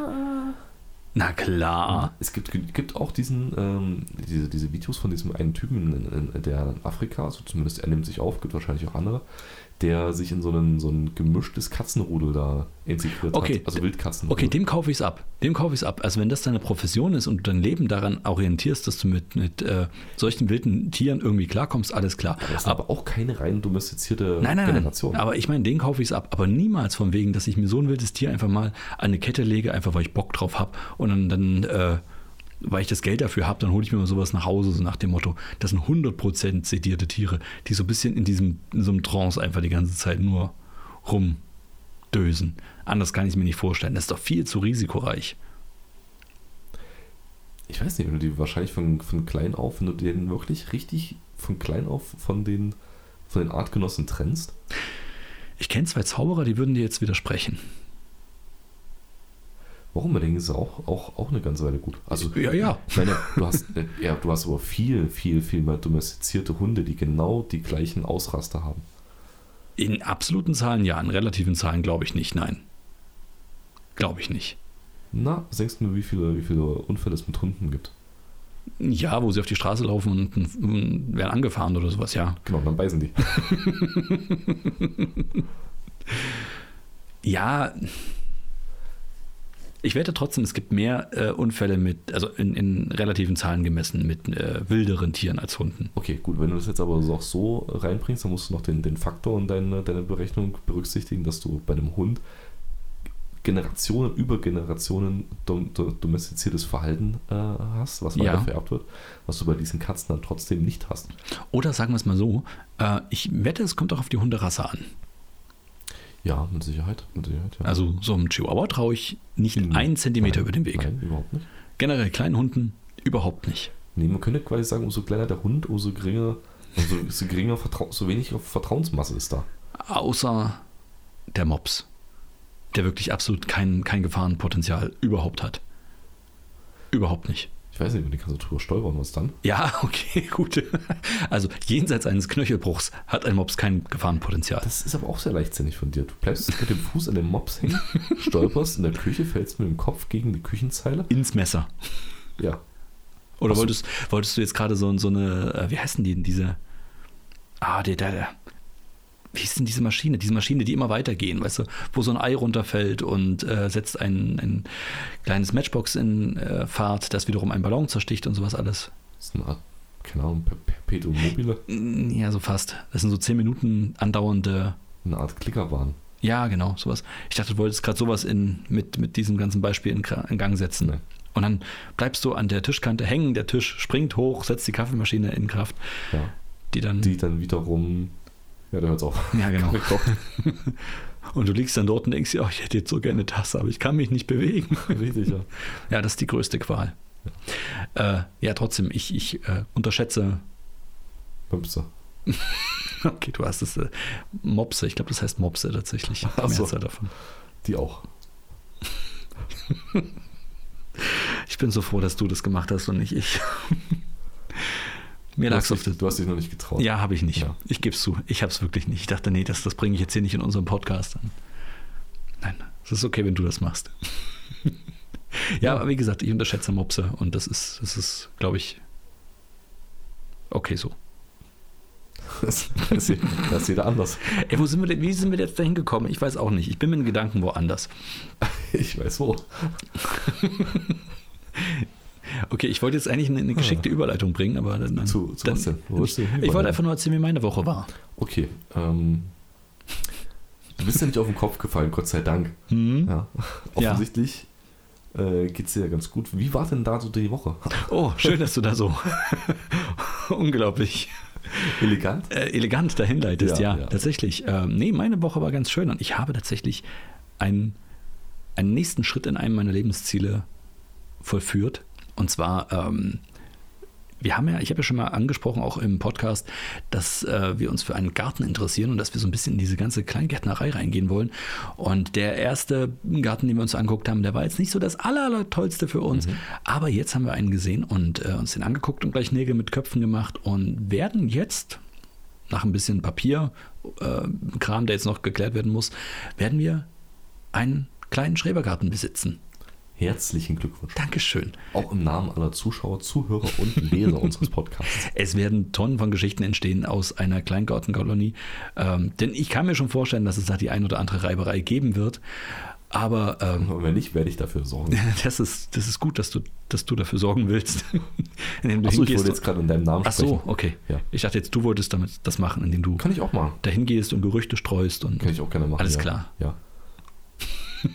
Speaker 1: Na klar.
Speaker 2: Es gibt, gibt auch diesen, ähm, diese, diese Videos von diesem einen Typen, in, in, der in Afrika, also zumindest er nimmt sich auf, gibt wahrscheinlich auch andere, der sich in so, einen, so ein gemischtes Katzenrudel da integriert
Speaker 1: Okay,
Speaker 2: hat. Also Wildkatzenrudel.
Speaker 1: Okay, dem kaufe ich es ab. Dem kaufe ich es ab. Also wenn das deine Profession ist und du dein Leben daran orientierst, dass du mit, mit äh, solchen wilden Tieren irgendwie klarkommst, alles klar.
Speaker 2: Das ist aber auch keine rein domestizierte
Speaker 1: ne? Nein, nein,
Speaker 2: Generation.
Speaker 1: nein. Aber ich meine, den kaufe ich es ab. Aber niemals von wegen, dass ich mir so ein wildes Tier einfach mal an eine Kette lege, einfach weil ich Bock drauf habe. Und dann, dann äh, weil ich das Geld dafür habe, dann hole ich mir mal sowas nach Hause, so nach dem Motto. Das sind 100% sedierte Tiere, die so ein bisschen in diesem in so einem Trance einfach die ganze Zeit nur rumdösen. Anders kann ich es mir nicht vorstellen. Das ist doch viel zu risikoreich.
Speaker 2: Ich weiß nicht, wenn du die wahrscheinlich von, von klein auf, wenn du den wirklich richtig von klein auf von den, von den Artgenossen trennst.
Speaker 1: Ich kenne zwei Zauberer, die würden dir jetzt widersprechen.
Speaker 2: Warum? Weil denen ist es auch, auch, auch eine ganze Weile gut. Also,
Speaker 1: Ja, ja.
Speaker 2: Ich meine, du hast, äh, ja, du hast aber viel, viel, viel mehr domestizierte Hunde, die genau die gleichen Ausraster haben.
Speaker 1: In absoluten Zahlen ja, in relativen Zahlen glaube ich nicht, nein. Glaube ich nicht.
Speaker 2: Na, was denkst du, mir, wie viele, wie viele Unfälle es mit Hunden gibt?
Speaker 1: Ja, wo sie auf die Straße laufen und, und werden angefahren oder sowas, ja.
Speaker 2: Genau, dann beißen die.
Speaker 1: Ja, ich wette trotzdem, es gibt mehr äh, Unfälle mit, also in, in relativen Zahlen gemessen, mit äh, wilderen Tieren als Hunden.
Speaker 2: Okay, gut, wenn du das jetzt aber auch so reinbringst, dann musst du noch den, den Faktor und deine, deine Berechnung berücksichtigen, dass du bei einem Hund Generationen über Generationen dom, do- domestiziertes Verhalten äh, hast, was
Speaker 1: Ja.
Speaker 2: weiter vererbt wird, was du bei diesen Katzen dann trotzdem nicht hast.
Speaker 1: Oder sagen wir es mal so, äh, ich wette, es kommt auch auf die Hunderasse an.
Speaker 2: Ja, mit Sicherheit. Mit Sicherheit ja.
Speaker 1: Also so einem Chihuahua traue ich nicht
Speaker 2: Mhm.
Speaker 1: einen Zentimeter
Speaker 2: Nein,
Speaker 1: über den Weg.
Speaker 2: Nein, überhaupt nicht.
Speaker 1: Generell kleinen Hunden überhaupt nicht.
Speaker 2: Nee, man könnte quasi sagen, umso kleiner der Hund, umso geringer, umso, umso geringer Vertrau so wenig Vertrauensmasse ist da.
Speaker 1: Außer der Mops, der wirklich absolut kein, kein Gefahrenpotenzial überhaupt hat. Überhaupt nicht.
Speaker 2: Ich weiß nicht, über den kannst du drüber stolpern, was dann?
Speaker 1: Ja, okay, gut. Also jenseits eines Knöchelbruchs hat ein Mops kein Gefahrenpotenzial.
Speaker 2: Das ist aber auch sehr leichtsinnig von dir. Du bleibst mit dem Fuß an dem Mops hängen, stolperst in der Küche, fällst mit dem Kopf gegen die Küchenzeile.
Speaker 1: Ins Messer.
Speaker 2: Ja.
Speaker 1: Oder
Speaker 2: Ach so.
Speaker 1: wolltest, wolltest du jetzt gerade so, so eine, äh, wie heißen die denn diese? Ah, der, der, der. Wie hieß denn diese Maschine? Diese Maschine, die immer weitergehen, weißt du, wo so ein Ei runterfällt und äh, setzt ein, ein kleines Matchbox in äh, Fahrt, das wiederum einen Ballon zersticht und sowas alles.
Speaker 2: Das ist eine Art, keine Ahnung, Per- Perpetuum mobile.
Speaker 1: Mm, Ja, so fast. Das sind so zehn Minuten andauernde.
Speaker 2: Eine Art Klickerbahn.
Speaker 1: Ja, genau, sowas. Ich dachte, du wolltest gerade sowas in, mit, mit diesem ganzen Beispiel in, Gra- in Gang setzen.
Speaker 2: Nee.
Speaker 1: Und dann bleibst du an der Tischkante hängen, der Tisch springt hoch, setzt die Kaffeemaschine in Kraft,
Speaker 2: Ja.
Speaker 1: die dann.
Speaker 2: Die dann wiederum. Ja, da hört's auf.
Speaker 1: ja, genau.
Speaker 2: Gekocht.
Speaker 1: Und du liegst dann dort und denkst dir, oh, ich hätte jetzt so gerne eine Tasse, aber ich kann mich nicht bewegen.
Speaker 2: Richtig, ja.
Speaker 1: Ja, das ist die größte Qual. Äh, ja, trotzdem, ich, ich äh, unterschätze,
Speaker 2: Möpse.
Speaker 1: okay, du hast es, äh, Mopse, ich glaube, das heißt Mopse tatsächlich. die
Speaker 2: Ach so.
Speaker 1: Mehrzahl davon.
Speaker 2: Die auch.
Speaker 1: Ich bin so froh, dass du das gemacht hast und nicht ich. Mir
Speaker 2: Du hast,
Speaker 1: lag's auf der...
Speaker 2: dich, du hast dich noch nicht getraut.
Speaker 1: Ja, habe ich nicht.
Speaker 2: Ja.
Speaker 1: Ich gebe es zu. Ich habe es wirklich nicht. Ich dachte, nee, das, das bringe ich jetzt hier nicht in unserem Podcast an. Nein, es ist okay, wenn du das machst. ja,
Speaker 2: Ja.
Speaker 1: aber wie gesagt, ich unterschätze Mopse und das ist, das ist glaube ich, okay so.
Speaker 2: Das, das, sieht, das sieht anders.
Speaker 1: Ey, wo sind wir denn, wie sind wir jetzt dahin gekommen? Ich weiß auch nicht. Ich bin mit den Gedanken woanders.
Speaker 2: Ich weiß wo.
Speaker 1: Okay, ich wollte jetzt eigentlich eine, eine geschickte Überleitung bringen, aber dann. dann
Speaker 2: Zu, zu
Speaker 1: dann,
Speaker 2: was denn? Wo
Speaker 1: ich,
Speaker 2: wolltest du hin
Speaker 1: ich
Speaker 2: wollen?
Speaker 1: wollte einfach nur erzählen, wie meine Woche war.
Speaker 2: Okay. Ähm, du bist ja nicht auf den Kopf gefallen, Gott sei Dank.
Speaker 1: Hm?
Speaker 2: Ja. Offensichtlich äh, geht es dir ja ganz gut. Wie war denn da so die Woche?
Speaker 1: Oh, schön, dass du da so unglaublich
Speaker 2: Elegant?
Speaker 1: äh, elegant dahin leitest. Ja,
Speaker 2: Ja, ja.
Speaker 1: tatsächlich. Ähm, nee, meine Woche war ganz schön und ich habe tatsächlich einen, einen nächsten Schritt in einem meiner Lebensziele vollführt. Und zwar, ähm, wir haben ja, ich habe ja schon mal angesprochen, auch im Podcast, dass äh, wir uns für einen Garten interessieren und dass wir so ein bisschen in diese ganze Kleingärtnerei reingehen wollen. Und der erste Garten, den wir uns angeguckt haben, der war jetzt nicht so das aller, aller tollste für uns. Aber jetzt haben wir einen gesehen und äh, uns den angeguckt und gleich Nägel mit Köpfen gemacht und werden jetzt nach ein bisschen Papier, äh, Kram, der jetzt noch geklärt werden muss, werden wir einen kleinen Schrebergarten besitzen.
Speaker 2: Herzlichen Glückwunsch.
Speaker 1: Dankeschön.
Speaker 2: Auch im Namen aller Zuschauer, Zuhörer und Leser unseres Podcasts.
Speaker 1: Es werden Tonnen von Geschichten entstehen aus einer Kleingartenkolonie. Ähm, denn ich kann mir schon vorstellen, dass es da die ein oder andere Reiberei geben wird. Aber ähm,
Speaker 2: Und wenn nicht, werde ich dafür sorgen.
Speaker 1: das, ist, das ist gut, dass du, dass du dafür sorgen willst. indem du
Speaker 2: Achso, ich
Speaker 1: hingehst
Speaker 2: wollte
Speaker 1: und-
Speaker 2: jetzt gerade in deinem Namen
Speaker 1: Ach
Speaker 2: sprechen.
Speaker 1: so, okay.
Speaker 2: Ja.
Speaker 1: Ich dachte jetzt, du wolltest damit das machen, indem du
Speaker 2: Kann ich auch mal.
Speaker 1: dahin gehst und Gerüchte streust. Und
Speaker 2: Kann ich auch gerne machen.
Speaker 1: Alles
Speaker 2: Genau. ja.
Speaker 1: klar.
Speaker 2: Ja.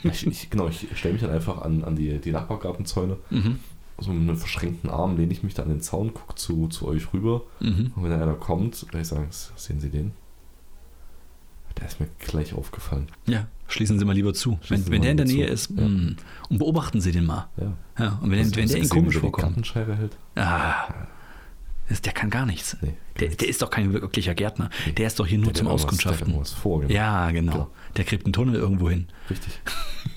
Speaker 2: Ich, ich, genau, ich stelle mich dann einfach an, an die, die Nachbargartenzäune.
Speaker 1: Mhm,
Speaker 2: So mit einem verschränkten Arm lehne ich mich dann an den Zaun, gucke zu, zu euch rüber.
Speaker 1: mhm.
Speaker 2: Und wenn dann einer kommt, werde ich sagen, "S- sehen Sie den? Der ist mir gleich aufgefallen.
Speaker 1: Ja, schließen Sie mal lieber zu.
Speaker 2: Schließen Sie
Speaker 1: wenn wenn
Speaker 2: mal
Speaker 1: der in der
Speaker 2: lieber
Speaker 1: Nähe
Speaker 2: zu.
Speaker 1: ist,
Speaker 2: Ja.
Speaker 1: mh, und beobachten Sie den mal.
Speaker 2: Ja. Also,
Speaker 1: Ja, und wenn,
Speaker 2: Hast du-
Speaker 1: wenn
Speaker 2: hast
Speaker 1: der Ihnen
Speaker 2: du gesehen, wie
Speaker 1: komisch
Speaker 2: der die
Speaker 1: vorkommt,
Speaker 2: Gartenschere hält?
Speaker 1: ah, das- der kann gar nichts.
Speaker 2: Nee,
Speaker 1: Der, der ist doch kein wirklicher Gärtner. Der ist doch hier nur
Speaker 2: Der hat
Speaker 1: zum
Speaker 2: irgendwas- Der hat
Speaker 1: Auskundschaften.
Speaker 2: irgendwas vor, genau.
Speaker 1: Ja, genau.
Speaker 2: Klar.
Speaker 1: Der gräbt einen Tunnel irgendwo hin.
Speaker 2: Richtig.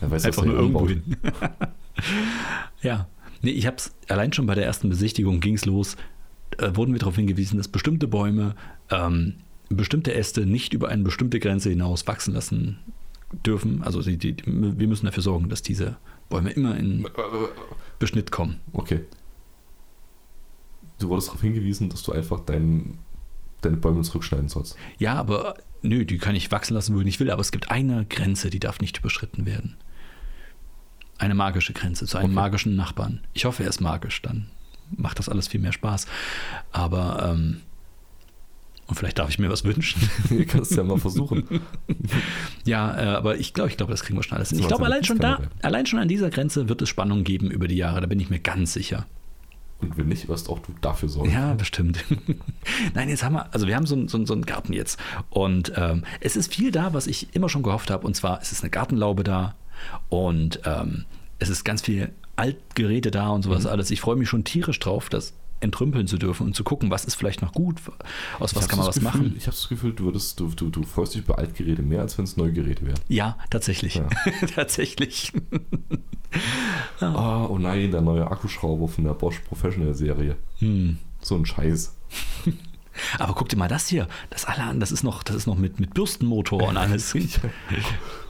Speaker 2: Er weiß,
Speaker 1: Einfach
Speaker 2: was er
Speaker 1: nur
Speaker 2: hier
Speaker 1: irgendwo
Speaker 2: anbaut.
Speaker 1: hin. ja. Nee, ich hab's allein schon bei der ersten Besichtigung ging's los. Äh, wurden wir darauf hingewiesen, dass bestimmte Bäume ähm, bestimmte Äste nicht über eine bestimmte Grenze hinaus wachsen lassen dürfen. Also die, die, die, wir müssen dafür sorgen, dass diese Bäume immer in Beschnitt kommen.
Speaker 2: Okay. Du wurdest darauf hingewiesen, dass du einfach dein, deine Bäume zurückschneiden sollst.
Speaker 1: Ja, aber nö, die kann ich wachsen lassen, wo ich will, aber es gibt eine Grenze, die darf nicht überschritten werden. Eine magische Grenze zu einem
Speaker 2: Okay.
Speaker 1: magischen Nachbarn. Ich hoffe, er ist magisch, dann macht das alles viel mehr Spaß. Aber, ähm, und vielleicht darf ich mir was wünschen.
Speaker 2: Ihr kannst es ja mal versuchen.
Speaker 1: Ja, äh, aber ich glaube, ich glaube, das kriegen wir schon alles hin.
Speaker 2: Das
Speaker 1: Ich
Speaker 2: war
Speaker 1: glaube,
Speaker 2: seine
Speaker 1: allein schon da,
Speaker 2: Kiezkanne.
Speaker 1: allein schon an dieser Grenze wird es Spannung geben über die Jahre, da bin ich mir ganz sicher.
Speaker 2: Und wenn nicht, wirst auch du dafür sorgen.
Speaker 1: Ja, bestimmt. ne? Nein, jetzt haben wir, also wir haben so, einen- so, einen- so einen Garten jetzt. Und ähm, es ist viel da, was ich immer schon gehofft habe. Und zwar, es ist eine Gartenlaube da und ähm, es ist ganz viel Altgeräte da und
Speaker 2: Mhm.
Speaker 1: sowas alles. Ich freue mich schon tierisch drauf, das entrümpeln zu dürfen und zu gucken, was ist vielleicht noch gut, aus
Speaker 2: Ich
Speaker 1: was
Speaker 2: hab
Speaker 1: kann
Speaker 2: so
Speaker 1: man was
Speaker 2: das Gefühl,
Speaker 1: machen.
Speaker 2: Ich habe das Gefühl, du, würdest, du, du, du freust dich über Altgeräte mehr, als wenn es Neugeräte wären.
Speaker 1: Ja, tatsächlich.
Speaker 2: Ja.
Speaker 1: tatsächlich.
Speaker 2: Ah, oh nein, der neue Akkuschrauber von der Bosch Professional Serie.
Speaker 1: Hm.
Speaker 2: So ein Scheiß.
Speaker 1: Aber guck dir mal das hier. Das alle an, das ist noch, das ist noch mit, mit Bürstenmotor und alles.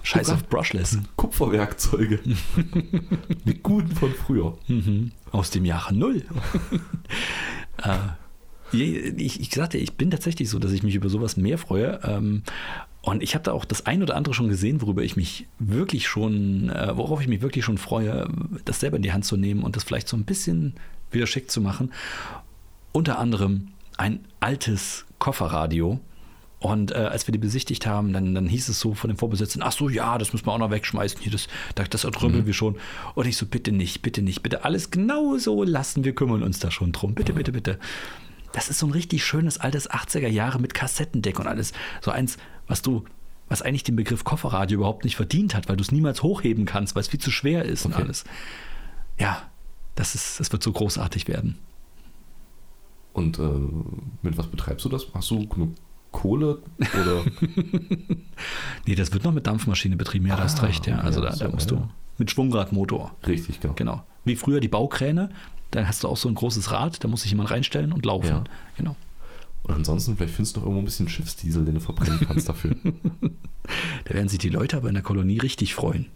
Speaker 1: Scheiß
Speaker 2: Oh
Speaker 1: auf Brushless.
Speaker 2: Kupferwerkzeuge. Die guten von früher.
Speaker 1: Mhm. Aus dem Jahre Null. äh, je- ich, ich sagte, ich bin tatsächlich so, dass ich mich über sowas mehr freue. Ähm, und ich habe da auch das ein oder andere schon gesehen, worüber ich mich wirklich schon, äh, worauf ich mich wirklich schon freue, das selber in die Hand zu nehmen und das vielleicht so ein bisschen wieder schick zu machen. Unter anderem ein altes Kofferradio. Und äh, als wir die besichtigt haben, dann, dann hieß es so von den Vorbesitzern, ach so, ja, das müssen wir auch noch wegschmeißen, hier, das, das, das ertrümpeln wir schon. Und ich so, bitte nicht, bitte nicht, bitte alles genau so lassen, wir kümmern uns da schon drum, bitte, bitte, bitte. Das ist so ein richtig schönes altes 80er Jahre mit Kassettendeck und alles. So eins, was du, was eigentlich den Begriff Kofferradio überhaupt nicht verdient hat, weil du es niemals hochheben kannst, weil es viel zu schwer ist und
Speaker 2: Okay.
Speaker 1: alles. Ja, das ist, das wird so großartig werden.
Speaker 2: Und äh, mit was betreibst du das? Hast du genug Kohle oder
Speaker 1: Nee, das wird noch mit Dampfmaschine betrieben, ja, da hast
Speaker 2: Ah,
Speaker 1: recht, ja.
Speaker 2: okay,
Speaker 1: Also da,
Speaker 2: so,
Speaker 1: da musst
Speaker 2: ja.
Speaker 1: du. Mit Schwungradmotor,
Speaker 2: richtig, genau.
Speaker 1: genau. Wie früher die Baukräne, dann hast du auch so ein großes Rad, da muss sich jemand reinstellen und laufen.
Speaker 2: Ja.
Speaker 1: Genau.
Speaker 2: Und ansonsten, vielleicht findest du noch irgendwo ein bisschen Schiffsdiesel, den du verbrennen kannst dafür.
Speaker 1: Da werden sich die Leute aber in der Kolonie richtig freuen.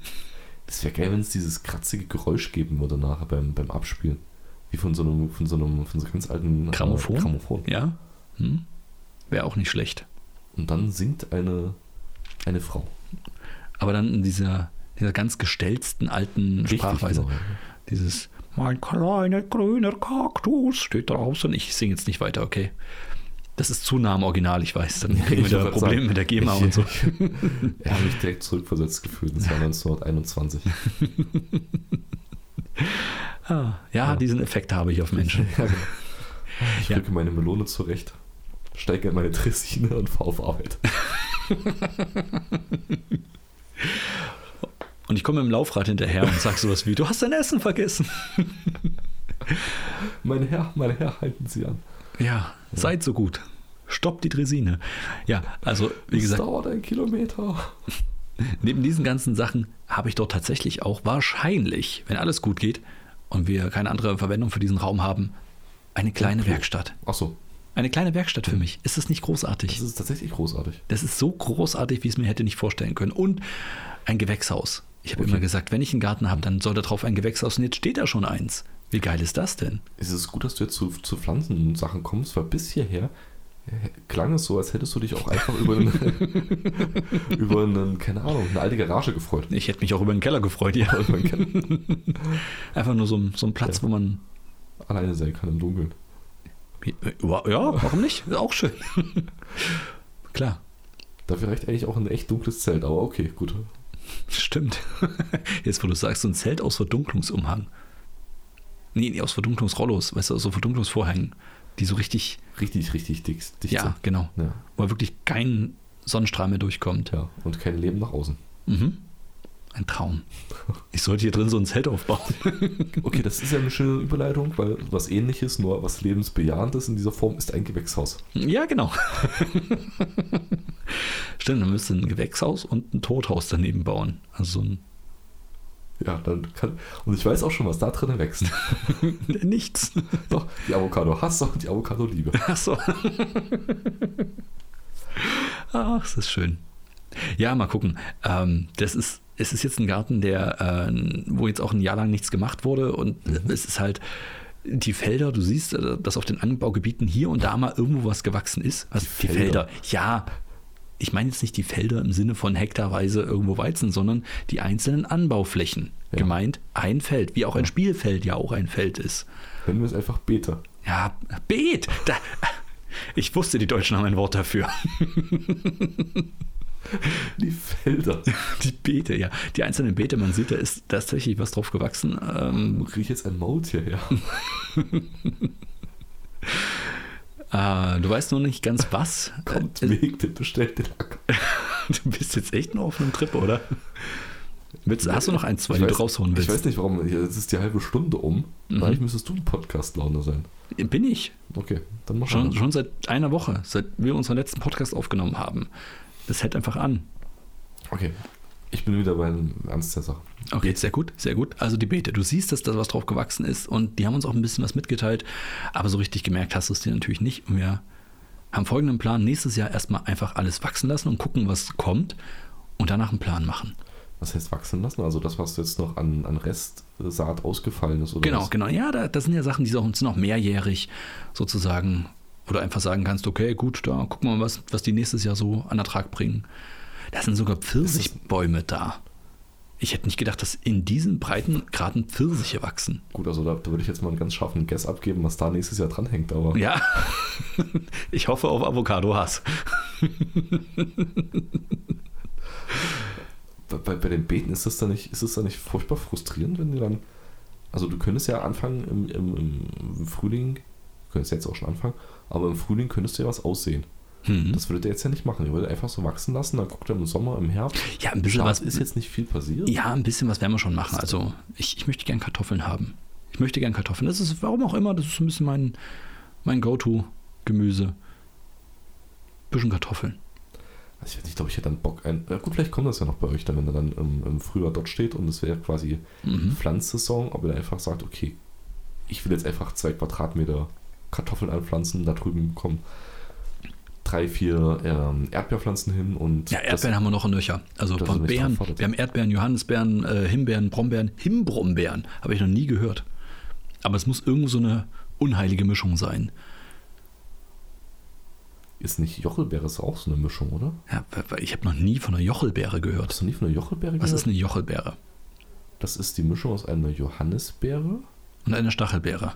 Speaker 2: Das wäre geil, wenn es dieses kratzige Geräusch geben würde nachher beim, beim Abspielen. Wie von so einem, von so einem, von so ganz alten äh,
Speaker 1: Grammophon?
Speaker 2: Grammophon.
Speaker 1: Ja? Hm? Wäre auch nicht schlecht.
Speaker 2: Und dann singt eine, eine Frau.
Speaker 1: Aber dann in dieser, dieser ganz gestellten alten Sprachweise.
Speaker 2: genau.
Speaker 1: Dieses Mein kleiner grüner Kaktus steht draußen. Ich singe jetzt nicht weiter, okay? Das ist zu nah am Original, ich weiß. Dann kriegen
Speaker 2: Ich
Speaker 1: wir da
Speaker 2: wollte
Speaker 1: Probleme
Speaker 2: sagen,
Speaker 1: mit der GEMA
Speaker 2: ich-
Speaker 1: und so.
Speaker 2: Ich habe mich direkt zurückversetzt gefühlt ins Jahr 1921.
Speaker 1: Ah, ja, diesen Effekt habe ich auf Menschen.
Speaker 2: genau. Ich
Speaker 1: Ja.
Speaker 2: rücke meine Melone zurecht, steige in meine Dressine und fahre auf Arbeit.
Speaker 1: Und ich komme im Laufrad hinterher und sage sowas wie, du hast dein Essen vergessen.
Speaker 2: Mein Herr, mein Herr, halten Sie an.
Speaker 1: Ja, seid so gut. Stoppt die Dresine. Ja, also wie gesagt,
Speaker 2: Es dauert ein Kilometer.
Speaker 1: Neben diesen ganzen Sachen habe ich dort tatsächlich auch wahrscheinlich, wenn alles gut geht und wir keine andere Verwendung für diesen Raum haben, eine kleine
Speaker 2: Klo.
Speaker 1: Werkstatt.
Speaker 2: Achso,
Speaker 1: Eine kleine Werkstatt für mich. Ist das nicht
Speaker 2: das
Speaker 1: großartig?
Speaker 2: ist tatsächlich großartig.
Speaker 1: Das ist so großartig, wie ich es mir hätte nicht vorstellen können. Und ein Gewächshaus. Ich habe
Speaker 2: Okay.
Speaker 1: immer gesagt, wenn ich einen Garten habe, dann soll da drauf ein Gewächshaus und jetzt steht da schon eins. Wie geil ist das denn?
Speaker 2: Es ist gut, dass du jetzt zu, zu Pflanzen und Sachen kommst, weil bis hierher äh, klang es so, als hättest du dich auch einfach über, einen, über einen, keine Ahnung, eine alte Garage gefreut.
Speaker 1: Ich hätte mich auch über den Keller gefreut, ja.
Speaker 2: Weil man gerne
Speaker 1: Einfach nur so, ein- so ein Platz, wo man.
Speaker 2: alleine sein kann im Dunkeln.
Speaker 1: Ja, warum nicht? Ist auch schön. Klar.
Speaker 2: Dafür reicht eigentlich auch ein echt dunkles Zelt, aber okay, gut.
Speaker 1: Stimmt. Jetzt, wo du sagst, so ein Zelt aus Verdunklungsumhang. Nee, nee, aus Verdunklungsrollos, weißt du, aus so Verdunklungsvorhängen, die so richtig,
Speaker 2: Richtig, richtig dick, dicht.
Speaker 1: ja, genau,
Speaker 2: ja.
Speaker 1: wo wirklich kein Sonnenstrahl mehr durchkommt.
Speaker 2: Ja, und kein Leben nach außen.
Speaker 1: Mhm. Ein Traum. Ich sollte hier drin so ein Zelt aufbauen.
Speaker 2: Okay, das ist ja eine schöne Überleitung, weil was ähnliches, nur was lebensbejahendes in dieser Form ist ein Gewächshaus.
Speaker 1: ja, genau. Stimmt, dann müsste ein Gewächshaus und ein Tothaus daneben bauen. Also so ein
Speaker 2: Ja, dann kann. Und ich weiß auch schon, was da drin wächst.
Speaker 1: nichts.
Speaker 2: Doch, die Avocado-Hasser und die Avocado-Liebe.
Speaker 1: Ach so. Ach, das ist schön. Ja, mal gucken. Ähm, das ist, es ist jetzt ein Garten, der, äh, wo jetzt auch ein Jahr lang nichts gemacht wurde und äh, es ist halt die Felder, du siehst, äh, dass auf den Anbaugebieten hier und da mal irgendwo was gewachsen ist. Also die,
Speaker 2: Die
Speaker 1: Felder.
Speaker 2: Felder.
Speaker 1: Ja, ich meine jetzt nicht die Felder im Sinne von hektarweise irgendwo Weizen, sondern die einzelnen Anbauflächen.
Speaker 2: Ja.
Speaker 1: Gemeint ein Feld, wie auch ein Spielfeld ja auch ein Feld ist.
Speaker 2: Nennen wir es einfach Beta.
Speaker 1: Ja, Beet. Da, ich wusste, die Deutschen haben ein Wort dafür.
Speaker 2: Die Felder.
Speaker 1: Die Beete, ja. Die einzelnen Beete, man sieht, da ist da ist tatsächlich was drauf gewachsen. Ähm,
Speaker 2: Wo kriege ich jetzt ein Maultier her?
Speaker 1: äh, du weißt noch nicht ganz was.
Speaker 2: Kommt,
Speaker 1: Äh,
Speaker 2: legt den, bestellt den Acker.
Speaker 1: du bist jetzt echt nur auf einem Trip, oder? Willst, hast du noch ein, zwei,
Speaker 2: Ich
Speaker 1: die du
Speaker 2: weiß-
Speaker 1: raushauen
Speaker 2: Ich
Speaker 1: willst?
Speaker 2: weiß nicht, warum. hier- Es ist die halbe Stunde um.
Speaker 1: Mhm.
Speaker 2: Eigentlich müsstest du ein Podcast-Laune sein.
Speaker 1: Bin ich.
Speaker 2: Okay, dann mach
Speaker 1: Schon,
Speaker 2: mal.
Speaker 1: schon seit einer Woche, seit wir unseren letzten Podcast aufgenommen haben. Das hält einfach an.
Speaker 2: Okay. Ich bin wieder beim Ernst der Sache.
Speaker 1: Okay, sehr gut, sehr gut. Also die Beete, du siehst, dass da was drauf gewachsen ist und die haben uns auch ein bisschen was mitgeteilt, aber so richtig gemerkt hast du es dir natürlich nicht. Und wir haben folgenden Plan, nächstes Jahr erstmal einfach alles wachsen lassen und gucken, was kommt und danach einen Plan machen.
Speaker 2: Was heißt wachsen lassen? Also das, was jetzt noch an, an Restsaat ausgefallen ist, oder?
Speaker 1: Genau,
Speaker 2: was?
Speaker 1: genau. Ja, da, das sind ja Sachen, die sind noch mehrjährig sozusagen, wo du einfach sagen kannst, okay, gut, da gucken wir mal, was, was die nächstes Jahr so an Ertrag bringen. Da sind sogar Pfirsichbäume da. Ich hätte nicht gedacht, dass in diesen Breitengraden Pfirsiche wachsen.
Speaker 2: Gut, also da, da würde ich jetzt mal einen ganz scharfen Guess abgeben, was da nächstes Jahr dranhängt, aber
Speaker 1: Ja, ich hoffe auf Avocado-Hass.
Speaker 2: bei- bei, bei den Beeten ist das dann nicht, ist das dann nicht furchtbar frustrierend, wenn du dann. Also du könntest ja anfangen im, im, im Frühling, du könntest jetzt auch schon anfangen, aber im Frühling könntest du ja was aussehen.
Speaker 1: Hm.
Speaker 2: Das würdet ihr jetzt ja nicht machen. Ihr würdet einfach so wachsen lassen, dann guckt ihr im Sommer, im Herbst.
Speaker 1: Ja, ein bisschen
Speaker 2: Schade,
Speaker 1: was
Speaker 2: ist jetzt nicht viel passiert.
Speaker 1: Ja, ein bisschen was werden wir schon machen. Also ich, ich möchte gern Kartoffeln haben. Ich möchte gern Kartoffeln. Das ist, warum auch immer, das ist so ein bisschen mein, mein Go-To-Gemüse. Bisschen Kartoffeln.
Speaker 2: Also ich weiß nicht, ich glaube, ich hätte dann Bock ein. Ja, gut, vielleicht kommt das ja noch bei euch dann, wenn ihr dann im, im Frühjahr dort steht und es wäre quasi
Speaker 1: Mhm.
Speaker 2: Pflanzsaison, aber dann einfach sagt, okay, ich will jetzt einfach zwei Quadratmeter Kartoffeln anpflanzen, da drüben kommen drei, vier ähm, Erdbeerpflanzen hin und
Speaker 1: Ja, Erdbeeren haben wir noch in Nöcher. Also
Speaker 2: das ist nicht
Speaker 1: Beeren,
Speaker 2: verfordert.
Speaker 1: wir haben Erdbeeren, Johannisbeeren, äh, Himbeeren, Brombeeren, Himbrombeeren. Habe ich noch nie gehört. Aber es muss irgend so eine unheilige Mischung sein.
Speaker 2: das ist nicht Jochelbeere, ist auch so eine Mischung, oder?
Speaker 1: Ja, weil- weil ich habe noch nie von einer Jochelbeere gehört.
Speaker 2: Hast du nie von einer Jochelbeere
Speaker 1: Was ist eine Jochelbeere?
Speaker 2: Das ist die Mischung aus einer Johannisbeere.
Speaker 1: Und eine Stachelbeere?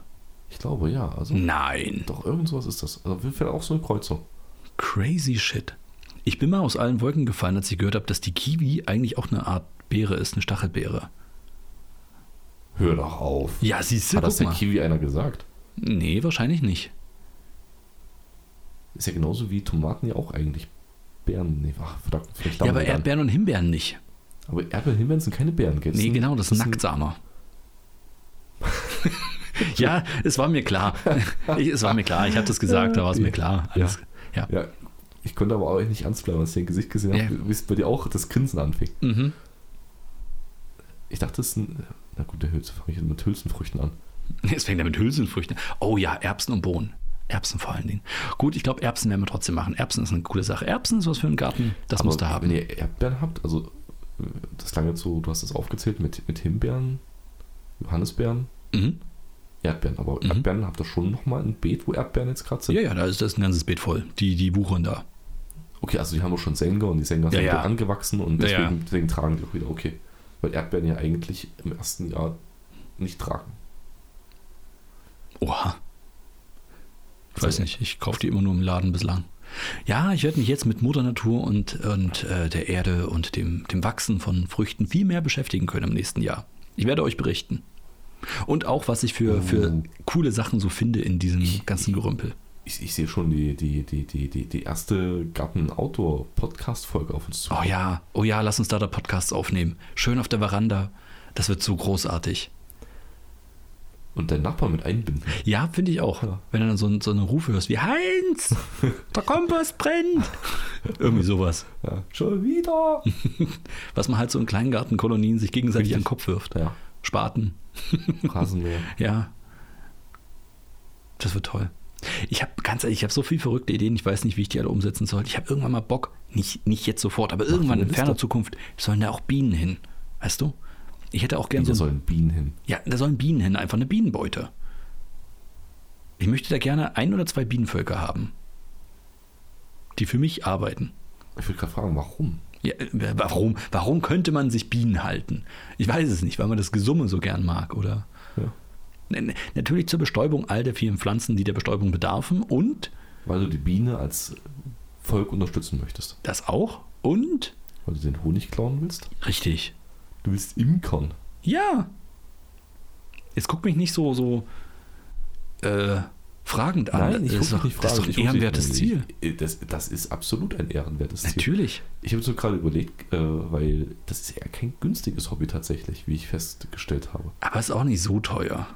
Speaker 2: Ich glaube ja, also
Speaker 1: Hm. Nein.
Speaker 2: doch irgend sowas ist das. Also auf jeden Fall auch so eine Kreuzung.
Speaker 1: Crazy shit. Ich bin mal aus allen Wolken gefallen, als ich gehört habe, dass die Kiwi eigentlich auch eine Art Beere ist, eine Stachelbeere.
Speaker 2: Hör doch auf.
Speaker 1: Ja, siehst du,
Speaker 2: Hat das
Speaker 1: guck
Speaker 2: der
Speaker 1: mal.
Speaker 2: Kiwi einer gesagt?
Speaker 1: Nee, wahrscheinlich nicht.
Speaker 2: Ist ja genauso wie Tomaten ja auch eigentlich Beeren. Nee, ach, verdammt, vielleicht
Speaker 1: ja,
Speaker 2: lachen
Speaker 1: aber
Speaker 2: wir dann.
Speaker 1: Erdbeeren und Himbeeren nicht.
Speaker 2: Aber Erdbeeren, Himbeeren sind keine Beeren, gell?
Speaker 1: Nee,
Speaker 2: Sind-
Speaker 1: genau, das ist
Speaker 2: sind-
Speaker 1: Nacktsamer. ja, es war mir klar. Ich, es war mir klar. Ich habe das gesagt, da war es mir klar. Alles, ja.
Speaker 2: Ja, ich konnte aber auch nicht ernst bleiben, als ich dein Gesicht gesehen habe,
Speaker 1: Ja.
Speaker 2: wie es bei dir auch das Grinsen anfing.
Speaker 1: Mhm.
Speaker 2: Ich dachte, das sind. Na gut, der Hülse fange ich mit Hülsenfrüchten an.
Speaker 1: Jetzt fängt er mit Hülsenfrüchten. an. Oh ja, Erbsen und Bohnen. Erbsen vor allen Dingen. Gut, ich glaube, Erbsen werden wir trotzdem machen. Erbsen ist eine coole Sache. Erbsen ist was für einen Garten. Das
Speaker 2: Aber
Speaker 1: musst du haben.
Speaker 2: Wenn ihr Erdbeeren habt, also äh, das klang jetzt so, du hast es aufgezählt mit, mit Himbeeren, Johannisbeeren,
Speaker 1: Mhm.
Speaker 2: Erdbeeren. Aber Erdbeeren habt ihr schon nochmal ein Beet, wo Erdbeeren jetzt gerade sind?
Speaker 1: Ja, ja, da ist, da ist ein ganzes Beet voll. Die, die wuchern da.
Speaker 2: Okay, also die haben auch schon Sänger und die Sänger sind
Speaker 1: Ja, ja.
Speaker 2: wieder angewachsen und
Speaker 1: Ja,
Speaker 2: deswegen,
Speaker 1: ja.
Speaker 2: deswegen tragen die auch wieder. Okay. Weil Erdbeeren ja eigentlich im ersten Jahr nicht tragen.
Speaker 1: Oha. Ich weiß nicht, ich kaufe die immer nur im Laden bislang. Ja, ich werde mich jetzt mit Mutter Natur und, und äh, der Erde und dem, dem Wachsen von Früchten viel mehr beschäftigen können im nächsten Jahr. Ich werde euch berichten. Und auch, was ich für, für
Speaker 2: Oh.
Speaker 1: coole Sachen so finde in diesem ganzen Gerümpel.
Speaker 2: Ich, ich sehe schon die, die, die, die, die, die erste Garten-Outdoor-Podcast-Folge auf uns zu.
Speaker 1: Oh ja, oh ja, lass uns da da Podcasts aufnehmen. Schön auf der Veranda. Das wird so großartig.
Speaker 2: Und deinen Nachbarn mit einbinden.
Speaker 1: Ja, finde ich auch.
Speaker 2: Ja.
Speaker 1: Wenn du dann so, ein- so einen Ruf hörst wie Heinz, der Kompost brennt. Irgendwie sowas.
Speaker 2: Ja, schon wieder.
Speaker 1: Was man halt so in kleinen Gartenkolonien sich gegenseitig
Speaker 2: Richtig.
Speaker 1: an den Kopf wirft.
Speaker 2: ja,
Speaker 1: Spaten,
Speaker 2: Rasenmäher.
Speaker 1: ja. Das wird toll. Ich habe ganz ehrlich, ich habe so viele verrückte Ideen, ich weiß nicht, wie ich die alle umsetzen soll. Ich habe irgendwann mal Bock, nicht, nicht jetzt sofort, aber irgendwann
Speaker 2: eine
Speaker 1: in ferner
Speaker 2: Liste.
Speaker 1: Zukunft sollen da auch Bienen hin. Weißt du? Ich hätte auch gern
Speaker 2: Da
Speaker 1: so.
Speaker 2: sollen Bienen hin.
Speaker 1: Ja, da sollen Bienen hin, einfach eine Bienenbeute. Ich möchte da gerne ein oder zwei Bienenvölker haben, die für mich arbeiten.
Speaker 2: Ich würde gerade fragen, warum?
Speaker 1: Ja, äh, warum, warum könnte man sich Bienen halten? Ich weiß es nicht, weil man das Gesumme so gern mag, oder?
Speaker 2: Ja.
Speaker 1: N- n- Natürlich zur Bestäubung all der vielen Pflanzen, die der Bestäubung bedarfen und
Speaker 2: Weil du die Biene als Volk unterstützen möchtest.
Speaker 1: das auch und
Speaker 2: Weil du den Honig klauen willst.
Speaker 1: richtig.
Speaker 2: Du willst Imkern.
Speaker 1: Ja. Jetzt guck mich nicht so so äh, fragend an.
Speaker 2: Nein, ich
Speaker 1: das ist doch,
Speaker 2: gucke dich nicht
Speaker 1: das ist
Speaker 2: fragen.
Speaker 1: doch ein
Speaker 2: ich guck dich
Speaker 1: ehrenwertes
Speaker 2: nicht-
Speaker 1: Ziel.
Speaker 2: Ich- Das, das ist absolut ein ehrenwertes Ziel.
Speaker 1: Natürlich.
Speaker 2: Ich habe so gerade überlegt, äh, weil das ist ja kein günstiges Hobby tatsächlich, wie ich festgestellt habe.
Speaker 1: Aber es ist auch nicht so teuer.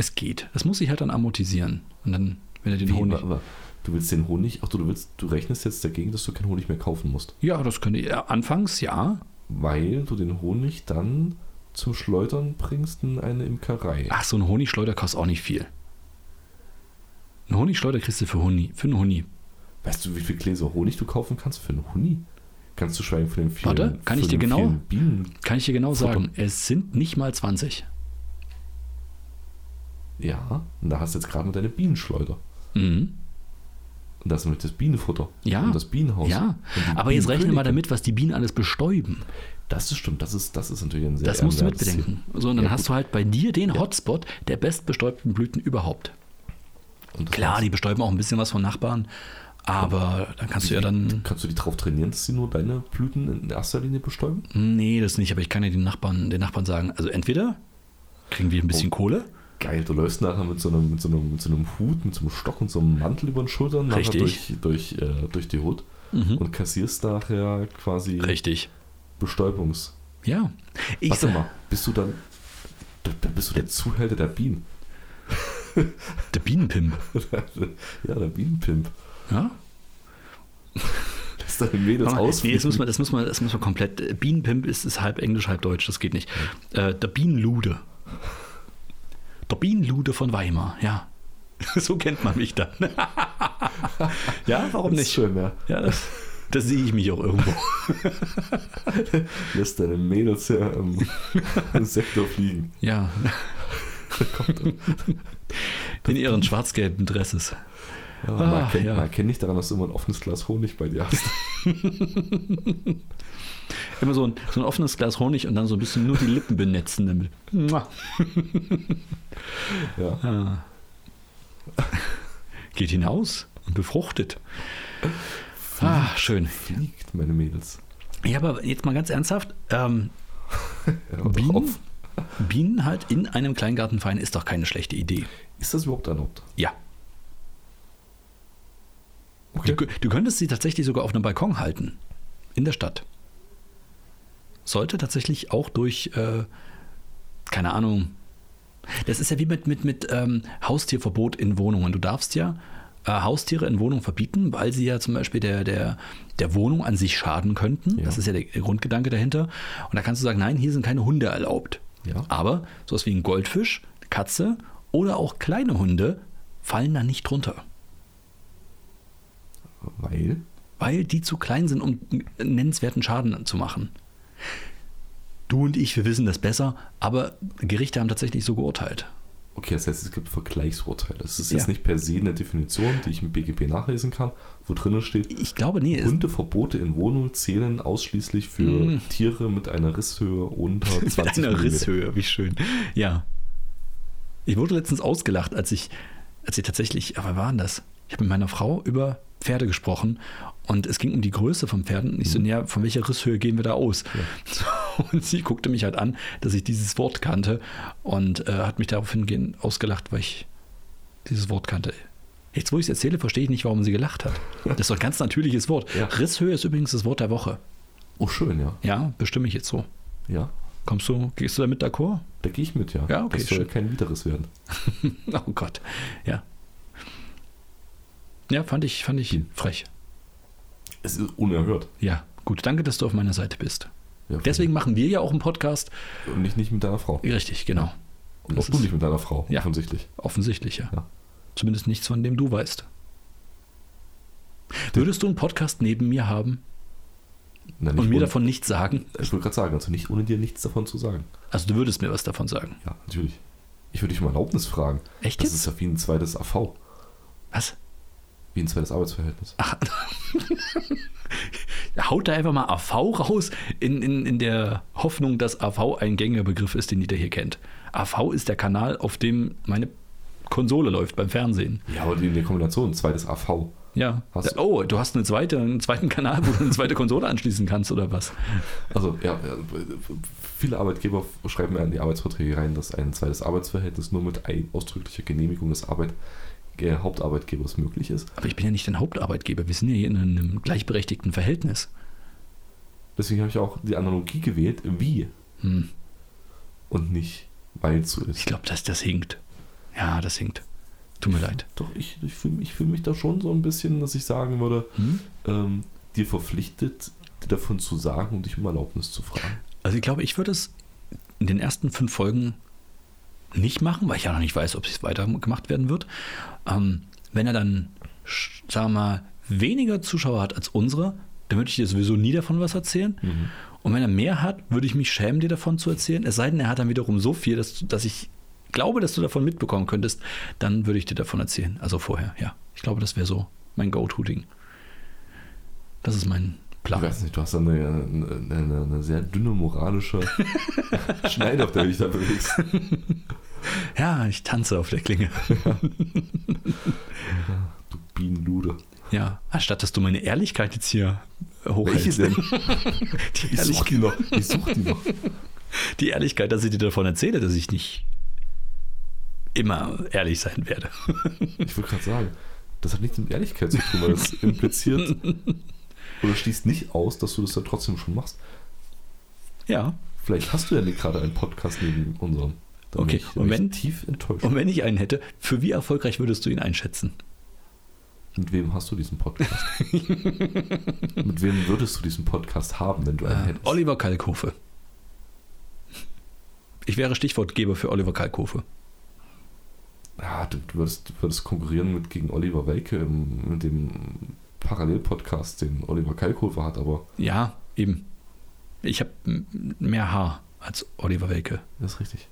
Speaker 1: Es geht. Das muss sich halt dann amortisieren. Und dann, wenn er den
Speaker 2: Wie,
Speaker 1: Honig.
Speaker 2: aber Du willst den Honig, ach du, du willst, du rechnest jetzt dagegen, dass du keinen Honig mehr kaufen musst.
Speaker 1: Ja, das könnte. Ja, äh, anfangs ja.
Speaker 2: weil du den Honig dann zum Schleudern bringst in eine Imkerei.
Speaker 1: Ach, so ein Honigschleuder kostet auch nicht viel. Ein Honigschleuder kriegst du für Honig, für einen Honig.
Speaker 2: Weißt du, wie viel Gläser Honig du kaufen kannst für einen Huni? Kannst du schweigen von den vielen,
Speaker 1: Warte, kann ich
Speaker 2: von
Speaker 1: dir
Speaker 2: den
Speaker 1: genau-
Speaker 2: vielen Bienen?
Speaker 1: Kann ich dir genau
Speaker 2: Futter.
Speaker 1: sagen, es sind nicht mal 20.
Speaker 2: Ja, und da hast du jetzt gerade mal deine Bienenschleuder.
Speaker 1: Mhm.
Speaker 2: Und das ist nämlich das Bienenfutter.
Speaker 1: Ja.
Speaker 2: Und das Bienenhaus.
Speaker 1: Ja,
Speaker 2: Und die
Speaker 1: aber jetzt rechne mal
Speaker 2: Bienenkönigin.
Speaker 1: damit, was die Bienen alles bestäuben.
Speaker 2: Das ist stimmt, das ist, das ist natürlich ein sehr
Speaker 1: Das musst du
Speaker 2: ehrenwertes
Speaker 1: mitbedenken. So, und dann
Speaker 2: Ja,
Speaker 1: hast du halt bei dir den Hotspot der bestbestäubten Blüten überhaupt.
Speaker 2: Ziel. Und das
Speaker 1: Klar, die bestäuben auch ein bisschen was von Nachbarn, aber dann kannst du ja dann.
Speaker 2: Kannst du die drauf trainieren, dass sie nur deine Blüten in erster Linie bestäuben?
Speaker 1: Nee, das nicht, aber ich kann ja den Nachbarn, den Nachbarn sagen, also entweder kriegen wir ein bisschen Kohle,
Speaker 2: Geil, du läufst nachher mit so einem, mit so einem, mit so einem Hut, mit so einem Stock und so einem Mantel über den Schultern nachher durch,
Speaker 1: Richtig. Hm?
Speaker 2: durch, äh, durch die Hut und kassierst nachher quasi
Speaker 1: richtig.
Speaker 2: Bestäubungs.
Speaker 1: Ja. Ich
Speaker 2: Warte
Speaker 1: sag-
Speaker 2: mal, bist du dann, da, da bist du der Zuhälter der Bienen?
Speaker 1: Der Bienenpimp.
Speaker 2: ja, der Bienenpimp.
Speaker 1: Ja?
Speaker 2: Lässt deine Mädels
Speaker 1: Warte mal,
Speaker 2: aus.
Speaker 1: Nee, das muss man, das muss man, das muss man komplett. äh, Bienenpimp ist, ist halb Englisch, halb Deutsch, das geht nicht. Äh, der Bienenlude. Der Bienenlude von Weimar, ja. So kennt man mich dann. ja, warum
Speaker 2: Das ist
Speaker 1: nicht?
Speaker 2: schön, ja.
Speaker 1: Ja, das, das sehe ich mich auch irgendwo.
Speaker 2: Lässt deine Mädels ja im, im Sektor fliegen.
Speaker 1: Ja. In ihren schwarz-gelben Dresses.
Speaker 2: Ja,
Speaker 1: Ah,
Speaker 2: man erkennt
Speaker 1: ja.
Speaker 2: man erkennt nicht daran, dass du immer ein offenes Glas Honig bei dir hast.
Speaker 1: Immer so ein, so ein offenes Glas Honig und dann so ein bisschen nur die Lippen benetzen damit. Mua.
Speaker 2: Ja.
Speaker 1: Ah. Geht hinaus und befruchtet. Ah, schön.
Speaker 2: Fliegt, meine Mädels.
Speaker 1: Ja, aber jetzt mal ganz ernsthaft. Ähm,
Speaker 2: Ja,
Speaker 1: Bienen,
Speaker 2: drauf.
Speaker 1: Bienen halt in einem Kleingartenverein ist doch keine schlechte Idee.
Speaker 2: Ist das überhaupt erlaubt?
Speaker 1: Ja.
Speaker 2: Okay.
Speaker 1: Du, du könntest sie tatsächlich sogar auf einem Balkon halten. In der Stadt. Sollte tatsächlich auch durch, äh, keine Ahnung. Das ist ja wie mit, mit, mit ähm, Haustierverbot in Wohnungen. Du darfst ja äh, Haustiere in Wohnungen verbieten, weil sie ja zum Beispiel der, der, der Wohnung an sich schaden könnten.
Speaker 2: Ja.
Speaker 1: Das ist ja der Grundgedanke dahinter. Und da kannst du sagen, nein, hier sind keine Hunde erlaubt.
Speaker 2: Ja.
Speaker 1: Aber sowas wie ein Goldfisch, eine Katze oder auch kleine Hunde fallen da nicht drunter.
Speaker 2: Weil?
Speaker 1: Weil die zu klein sind, um nennenswerten Schaden zu machen. Du und ich, wir wissen das besser, aber Gerichte haben tatsächlich so geurteilt.
Speaker 2: Okay, das heißt, es gibt Vergleichsurteile. Es ist
Speaker 1: Ja.
Speaker 2: jetzt nicht per se eine Definition, die ich im BGB nachlesen kann, wo drinnen steht,
Speaker 1: Ich glaube, nee, es,
Speaker 2: Hundeverbote in Wohnungen zählen ausschließlich für
Speaker 1: Mm.
Speaker 2: Tiere mit einer Risshöhe unter 20
Speaker 1: mit einer
Speaker 2: Millimeter.
Speaker 1: Risshöhe, wie schön. Ja. Ich wurde letztens ausgelacht, als ich, als ich tatsächlich, aber war denn das? Ich habe mit meiner Frau über Pferde gesprochen und es ging um die Größe von Pferden. Und ich so, naja, von welcher Risshöhe gehen wir da aus? So, und sie guckte mich halt an, dass ich dieses Wort kannte und äh, hat mich daraufhin gehen- ausgelacht, weil ich dieses Wort kannte. Jetzt, wo ich es erzähle, verstehe ich nicht, warum sie gelacht hat. Das ist doch ein ganz natürliches Wort.
Speaker 2: Ja.
Speaker 1: Risshöhe ist übrigens das Wort der Woche.
Speaker 2: Oh, schön, ja.
Speaker 1: Ja, bestimme ich jetzt so.
Speaker 2: Ja,
Speaker 1: Kommst du, gehst du damit d'accord?
Speaker 2: da gehe ich mit, ja.
Speaker 1: Ja, okay,
Speaker 2: das soll ja
Speaker 1: schön.
Speaker 2: kein Widerriss werden.
Speaker 1: Oh Gott, ja. Ja, fand ich, fand ich frech.
Speaker 2: Es ist unerhört.
Speaker 1: Ja, gut, danke, dass du auf meiner Seite bist.
Speaker 2: Ja,
Speaker 1: Deswegen machen wir ja auch einen Podcast.
Speaker 2: Und ich nicht mit deiner Frau.
Speaker 1: Richtig, genau.
Speaker 2: Und auch
Speaker 1: das
Speaker 2: du
Speaker 1: ist-
Speaker 2: nicht mit deiner Frau,
Speaker 1: Ja.
Speaker 2: offensichtlich.
Speaker 1: Offensichtlich, ja.
Speaker 2: Ja.
Speaker 1: Zumindest nichts, von dem du weißt. Würdest du einen Podcast neben mir haben
Speaker 2: Na, nicht
Speaker 1: und mir
Speaker 2: ohne-
Speaker 1: davon nichts sagen?
Speaker 2: Ich wollte gerade sagen, also nicht ohne dir nichts davon zu sagen.
Speaker 1: Also du würdest mir was davon sagen.
Speaker 2: Ja, natürlich. Ich würde dich um Erlaubnis fragen.
Speaker 1: Echt
Speaker 2: Das
Speaker 1: jetzt?
Speaker 2: ist ja wie ein zweites AV,
Speaker 1: Was?
Speaker 2: wie ein zweites Arbeitsverhältnis.
Speaker 1: Haut da einfach mal AV raus, in, in, in der Hoffnung, dass AV ein gängiger Begriff ist, den jeder hier kennt. AV ist der Kanal, auf dem meine Konsole läuft beim Fernsehen.
Speaker 2: Ja, aber in der Kombination, zweites AV.
Speaker 1: Ja.
Speaker 2: Hast-
Speaker 1: Da, oh, du hast eine zweite, einen zweiten Kanal, wo du eine zweite Konsole anschließen kannst oder was?
Speaker 2: Also, ja, ja, viele Arbeitgeber schreiben ja in die Arbeitsverträge rein, dass ein zweites Arbeitsverhältnis nur mit ein- ausdrücklicher Genehmigung des Arbeit äh, Hauptarbeitgebers möglich ist.
Speaker 1: Aber ich bin ja nicht dein Hauptarbeitgeber. Wir sind ja hier in einem gleichberechtigten Verhältnis.
Speaker 2: Deswegen habe ich auch die Analogie gewählt, wie
Speaker 1: Hm.
Speaker 2: und nicht weil so ist.
Speaker 1: Ich glaube, das, das hinkt. Ja, das hinkt. Tut mir leid.
Speaker 2: Doch, ich, ich fühle ich fühl mich da schon so ein bisschen, dass ich sagen würde,
Speaker 1: Hm?
Speaker 2: ähm, dir verpflichtet dir davon zu sagen und dich um Erlaubnis zu fragen.
Speaker 1: Also ich glaube, ich würde es in den ersten fünf Folgen nicht machen, weil ich ja noch nicht weiß, ob es weiter gemacht werden wird. Ähm, wenn er dann, sch- sagen wir mal, weniger Zuschauer hat als unsere, dann würde ich dir sowieso nie davon was erzählen. Und wenn er mehr hat, würde ich mich schämen, dir davon zu erzählen. Es sei denn, er hat dann wiederum so viel, dass, du- dass ich glaube, dass du davon mitbekommen könntest, dann würde ich dir davon erzählen. Also vorher, ja. Ich glaube, das wäre so mein Go-To-Ding. Das ist mein
Speaker 2: Ich
Speaker 1: Plan.
Speaker 2: weiß nicht, du hast da eine, eine, eine, eine sehr dünne moralische Schneide, auf der du dich da bewegst.
Speaker 1: Ja, ich tanze auf der Klinge.
Speaker 2: Du Bienenlude.
Speaker 1: Ja, anstatt dass du meine Ehrlichkeit jetzt hier hochhältst.
Speaker 2: Welche denn?
Speaker 1: Die,
Speaker 2: Ich such
Speaker 1: Ehrlich,
Speaker 2: die noch. Ich such die noch.
Speaker 1: die Ehrlichkeit, dass ich dir davon erzähle, dass ich nicht immer ehrlich sein werde.
Speaker 2: Ich wollte gerade sagen, das hat nichts mit Ehrlichkeit zu tun, weil das impliziert oder schließt nicht aus, dass du das dann trotzdem schon machst.
Speaker 1: Ja.
Speaker 2: Vielleicht hast du ja nicht gerade einen Podcast neben unserem. Dann
Speaker 1: Okay,
Speaker 2: bin ich,
Speaker 1: und
Speaker 2: bin ich
Speaker 1: wenn-
Speaker 2: tief enttäuscht.
Speaker 1: Und wenn ich einen hätte, für wie erfolgreich würdest du ihn einschätzen?
Speaker 2: Mit wem hast du diesen Podcast? mit wem würdest du diesen Podcast haben, wenn du einen
Speaker 1: Äh,
Speaker 2: hättest?
Speaker 1: Oliver Kalkofe. Ich wäre Stichwortgeber für Oliver Kalkofe.
Speaker 2: Ja, du, du, würdest, du würdest konkurrieren mit gegen Oliver Welke im, mit dem Parallelpodcast, den Oliver Kalkofer hat, aber
Speaker 1: Ja, eben. Ich habe m- mehr Haar als Oliver Welke.
Speaker 2: das ist richtig.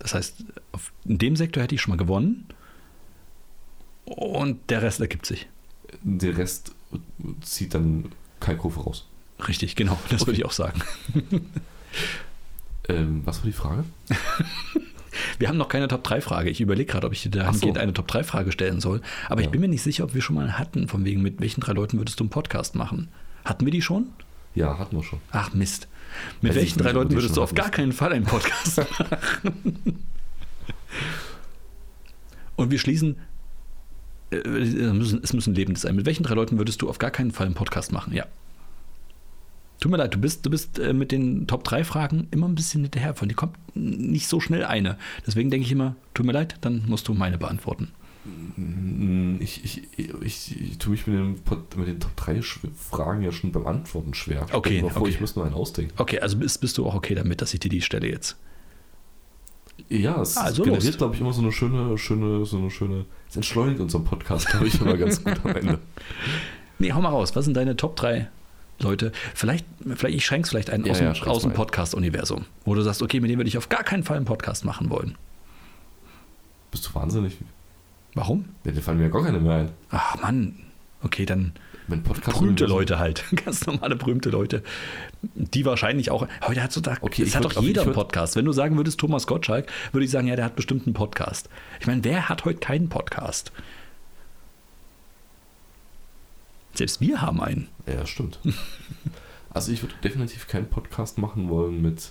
Speaker 1: Das heißt, auf, in dem Sektor hätte ich schon mal gewonnen. Und der Rest ergibt sich.
Speaker 2: Der Rest zieht dann Kalkofer raus.
Speaker 1: Richtig, genau. Das würde ich auch sagen.
Speaker 2: Ähm, was war die Frage?
Speaker 1: Wir haben noch keine Top-3-Frage. Ich überlege gerade, ob ich dir dahingehend eine Top-3-Frage stellen soll. Aber
Speaker 2: Ja.
Speaker 1: ich bin mir nicht sicher, ob wir schon mal hatten, von wegen, mit welchen drei Leuten würdest du einen Podcast machen? Hatten wir die schon?
Speaker 2: Ja, hatten wir schon.
Speaker 1: Ach Mist. Mit
Speaker 2: Weiß ich
Speaker 1: welchen
Speaker 2: nicht,
Speaker 1: drei
Speaker 2: ob wir
Speaker 1: Leuten
Speaker 2: die
Speaker 1: würdest
Speaker 2: schon
Speaker 1: du auf
Speaker 2: hatten.
Speaker 1: gar keinen Fall einen Podcast machen? Und wir schließen, äh, es müssen, es müssen Lebende sein. Mit welchen drei Leuten würdest du auf gar keinen Fall einen Podcast machen? Ja. Tut mir leid, du bist, du bist äh, mit den Top 3 Fragen immer ein bisschen hinterher. Von dir kommt nicht so schnell eine. Deswegen denke ich immer, tut mir leid, dann musst du meine beantworten.
Speaker 2: Mm, Ich, ich, ich, ich tue mich mit den, Pod- mit den Top 3 Sch- Fragen ja schon beim Antworten schwer. Stell
Speaker 1: Okay,
Speaker 2: dir mal vor,
Speaker 1: okay.
Speaker 2: Ich muss nur einen ausdenken.
Speaker 1: Okay, also bist, bist du auch okay damit, dass ich dir die stelle jetzt?
Speaker 2: Ja, es
Speaker 1: Ah, so los.
Speaker 2: generiert, glaube ich, immer so eine schöne, schöne, so eine schöne. Es entschleunigt unseren Podcast, glaube ich, immer ganz gut am Ende.
Speaker 1: Nee, hau mal raus. Was sind deine Top 3 Leute? Vielleicht, vielleicht ich schränke es vielleicht einen
Speaker 2: Ja,
Speaker 1: aus dem,
Speaker 2: ja, schränk's
Speaker 1: aus dem
Speaker 2: mal ein.
Speaker 1: Podcast-Universum, wo du sagst, okay, mit dem würde ich auf gar keinen Fall einen Podcast machen wollen.
Speaker 2: Bist du wahnsinnig?
Speaker 1: Warum?
Speaker 2: Ja, da fallen mir ja gar keine mehr ein.
Speaker 1: Ach Mann. Okay, dann
Speaker 2: Mein Podcast
Speaker 1: berühmte Leute halt. Ganz normale berühmte Leute. Die wahrscheinlich auch. Heute hat so da,
Speaker 2: Okay,
Speaker 1: das
Speaker 2: ich
Speaker 1: hat
Speaker 2: würd-
Speaker 1: doch jeder
Speaker 2: ich
Speaker 1: einen
Speaker 2: würd-
Speaker 1: Podcast. Wenn du sagen würdest, Thomas Gottschalk, würde ich sagen, ja, der hat bestimmt einen Podcast. Ich meine, wer hat heute keinen Podcast? Selbst wir haben einen.
Speaker 2: Ja, stimmt. Also ich würde definitiv keinen Podcast machen wollen mit,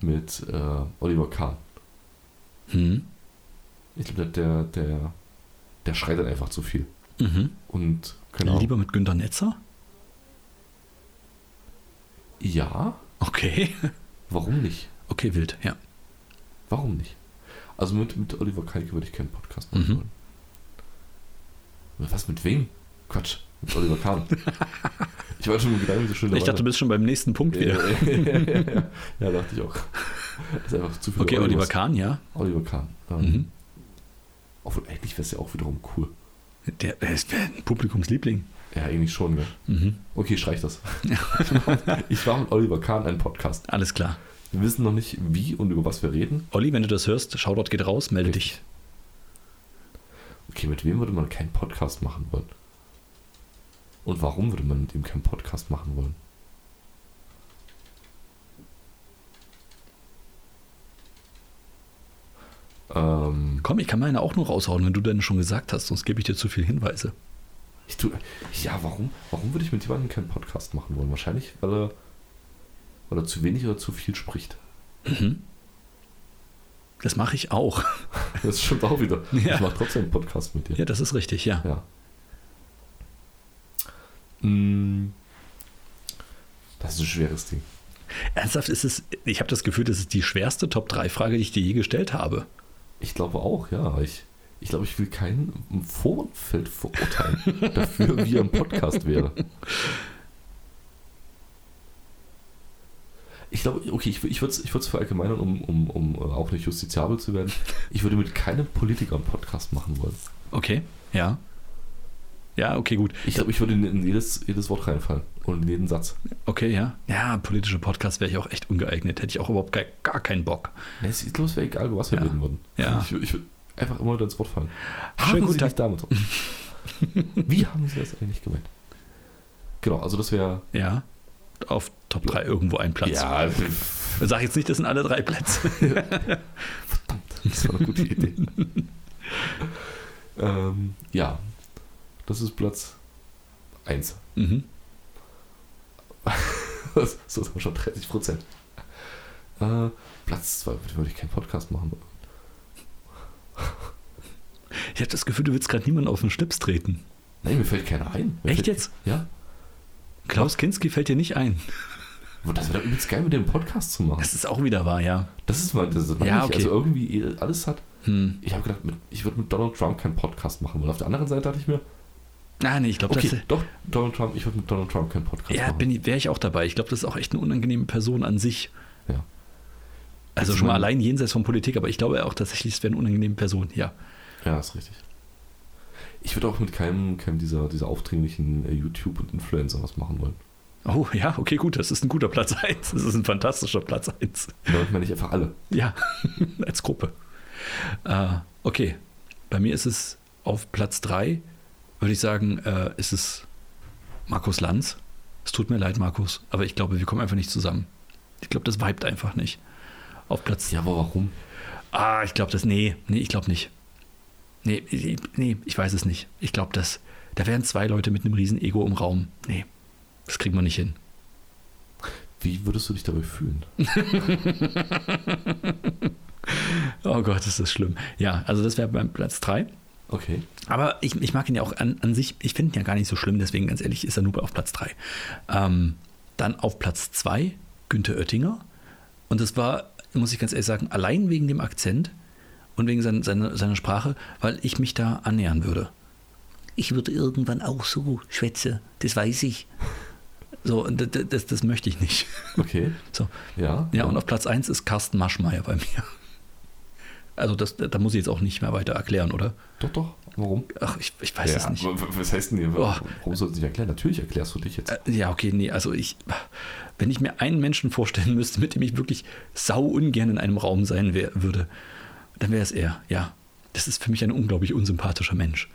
Speaker 2: mit äh, Oliver Kahn.
Speaker 1: Hm?
Speaker 2: Ich glaube, der, der, der schreit dann einfach zu viel.
Speaker 1: Mhm.
Speaker 2: Und genau.
Speaker 1: Lieber mit Günter Netzer?
Speaker 2: Ja,
Speaker 1: Okay.
Speaker 2: warum nicht?
Speaker 1: Okay, wild, ja.
Speaker 2: Warum nicht? Also mit, mit Oliver Kalke würde ich keinen Podcast machen
Speaker 1: Mhm.
Speaker 2: wollen. Was mit wem? Quatsch, mit Oliver Kahn. ich war schon mit Gedanken so schön
Speaker 1: ich dachte, du bist schon beim nächsten Punkt wieder.
Speaker 2: ja, ja, dachte ich auch. Das ist einfach zu viel.
Speaker 1: Äh, Okay, Oliver Kahn, ja.
Speaker 2: Oliver Kahn. Ähm,
Speaker 1: Mhm.
Speaker 2: Obwohl, eigentlich wäre es ja auch wiederum cool.
Speaker 1: Der, der ist ein Publikumsliebling.
Speaker 2: Ja, eigentlich schon, ja.
Speaker 1: Mhm.
Speaker 2: Okay, streich das. ich war mit Oliver Kahn einen Podcast.
Speaker 1: Alles klar.
Speaker 2: Wir wissen noch nicht, wie und über was wir reden.
Speaker 1: Olli, wenn du das hörst, schau dort geht raus, melde dich.
Speaker 2: Okay, mit wem würde man keinen Podcast machen wollen? Und warum würde man mit ihm keinen Podcast machen wollen? Ähm,
Speaker 1: Komm, ich kann meine auch nur raushauen, wenn du denn schon gesagt hast, sonst gebe ich dir zu viele Hinweise.
Speaker 2: ich tu, ja, warum, warum würde ich mit jemandem keinen Podcast machen wollen? Wahrscheinlich, weil er, weil er zu wenig oder zu viel spricht.
Speaker 1: Das mache ich auch.
Speaker 2: Das stimmt auch wieder.
Speaker 1: Ja.
Speaker 2: Ich mache trotzdem einen Podcast mit dir.
Speaker 1: Ja, das ist richtig, ja.
Speaker 2: Ja. Mm. Das ist ein schweres Ding.
Speaker 1: Ernsthaft ist es, ich habe das Gefühl, das ist die schwerste Top-3-Frage, die ich dir je gestellt habe.
Speaker 2: Ich glaube auch, ja. Ich, ich glaube, ich will keinen im Vorfeld verurteilen dafür, wie er im Podcast wäre. ich glaube, okay, ich, wür- ich würde es ich würd's verallgemeinern, um, um, um äh, auch nicht justiziabel zu werden. Ich würde mit keinem Politiker einen Podcast machen wollen.
Speaker 1: Okay, ja. Ja, okay, gut.
Speaker 2: Ich glaube, ich würde in, in jedes, jedes Wort reinfallen und in jeden Satz.
Speaker 1: Okay, ja. Ja, politische Podcast wäre ich auch echt ungeeignet. Hätte ich auch überhaupt gar, gar keinen Bock.
Speaker 2: Nee, Es ist, glaube ich, wäre egal, über was wir
Speaker 1: Ja.
Speaker 2: reden würden.
Speaker 1: Ja.
Speaker 2: Ich, ich würde einfach immer wieder ins Wort fallen.
Speaker 1: Schönen
Speaker 2: Haben
Speaker 1: guten
Speaker 2: Sie
Speaker 1: Tag.
Speaker 2: mich damit? Wie haben Sie das eigentlich gemeint? Genau, also das wäre.
Speaker 1: Ja. Auf Top 3 irgendwo ein Platz.
Speaker 2: Ja,
Speaker 1: Sag jetzt nicht, das sind alle drei Plätze.
Speaker 2: Verdammt, das war eine gute Idee. ähm, ja, das ist Platz 1.
Speaker 1: mhm.
Speaker 2: Das so sind wir schon 30 Prozent. Äh, Platz 2, würde ich keinen Podcast machen.
Speaker 1: Ich habe das Gefühl, du willst gerade niemanden auf den Schlips treten.
Speaker 2: Nein, mir fällt keiner ein. Mir
Speaker 1: Echt
Speaker 2: fällt,
Speaker 1: jetzt?
Speaker 2: Ja.
Speaker 1: Klaus Kinski fällt dir nicht ein.
Speaker 2: Aber Das wäre doch übelst geil, mit dem Podcast zu machen.
Speaker 1: Das ist auch wieder wahr, ja.
Speaker 2: Das ist mal, das ist mal
Speaker 1: Ja,
Speaker 2: nicht.
Speaker 1: okay.
Speaker 2: Also irgendwie eh alles hat.
Speaker 1: Hm.
Speaker 2: Ich habe gedacht, mit, ich würde mit Donald Trump keinen Podcast machen. Und auf der anderen Seite dachte ich mir,
Speaker 1: Ah, nee, ich glaube,
Speaker 2: okay,
Speaker 1: das
Speaker 2: doch, Donald Trump, ich würde mit Donald Trump keinen Podcast
Speaker 1: ja,
Speaker 2: machen.
Speaker 1: bin ich- wäre ich auch dabei. Ich glaube, das ist auch echt eine unangenehme Person an sich.
Speaker 2: Ja.
Speaker 1: Also
Speaker 2: Jetzt
Speaker 1: schon mal
Speaker 2: mal-
Speaker 1: allein jenseits von Politik, aber ich glaube auch tatsächlich, es wäre eine unangenehme Person, ja.
Speaker 2: Ja, ist richtig. Ich würde auch mit keinem, keinem dieser, dieser aufdringlichen äh, YouTube- und Influencer was machen wollen.
Speaker 1: Oh, ja, okay, gut, das ist ein guter Platz 1. Das ist ein fantastischer Platz 1.
Speaker 2: Damit meine ich einfach alle.
Speaker 1: Ja, als Gruppe. Äh, okay, bei mir ist es auf Platz 3, würde ich sagen, äh, ist es Markus Lanz. Es tut mir leid, Markus, aber ich glaube, wir kommen einfach nicht zusammen. Ich glaube, das vibet einfach nicht. Auf Platz.
Speaker 2: Ja, aber warum?
Speaker 1: Ah, ich glaube, das. Nee, nee, ich glaube nicht. Nee, ich- nee, ich weiß es nicht. Ich glaube, das. Da wären zwei Leute mit einem riesen Ego im Raum. Nee, das kriegen wir nicht hin.
Speaker 2: Wie würdest du dich dabei fühlen?
Speaker 1: Oh Gott, ist das schlimm. Ja, also das wäre beim Platz 3.
Speaker 2: Okay.
Speaker 1: Aber ich, ich mag ihn ja auch an, an sich, ich finde ihn ja gar nicht so schlimm, deswegen ganz ehrlich ist er nur auf Platz 3. Ähm, dann auf Platz 2 Günther Oettinger. Und das war, muss ich ganz ehrlich sagen, allein wegen dem Akzent und wegen sein, seiner, seiner Sprache, weil ich mich da annähern würde. Ich würde irgendwann auch so schwätze, das weiß ich. So, und das, das, das möchte ich nicht.
Speaker 2: Okay.
Speaker 1: So,
Speaker 2: Ja.
Speaker 1: ja, und auf Platz 1 ist Carsten Maschmeyer bei mir. Also, das, da muss ich jetzt auch nicht mehr weiter erklären, oder?
Speaker 2: Doch, doch. Warum?
Speaker 1: Ach, ich, ich weiß es nicht.
Speaker 2: wa- wa- Was heißt denn hier?
Speaker 1: Oh.
Speaker 2: Warum sollst du es nicht erklären? Natürlich erklärst du dich jetzt.
Speaker 1: Äh, Ja, okay, nee, also ich, wenn ich mir einen Menschen vorstellen müsste, mit dem ich wirklich sau ungern in einem Raum sein wär, würde, dann wäre es er, ja. Das ist für mich ein unglaublich unsympathischer Mensch.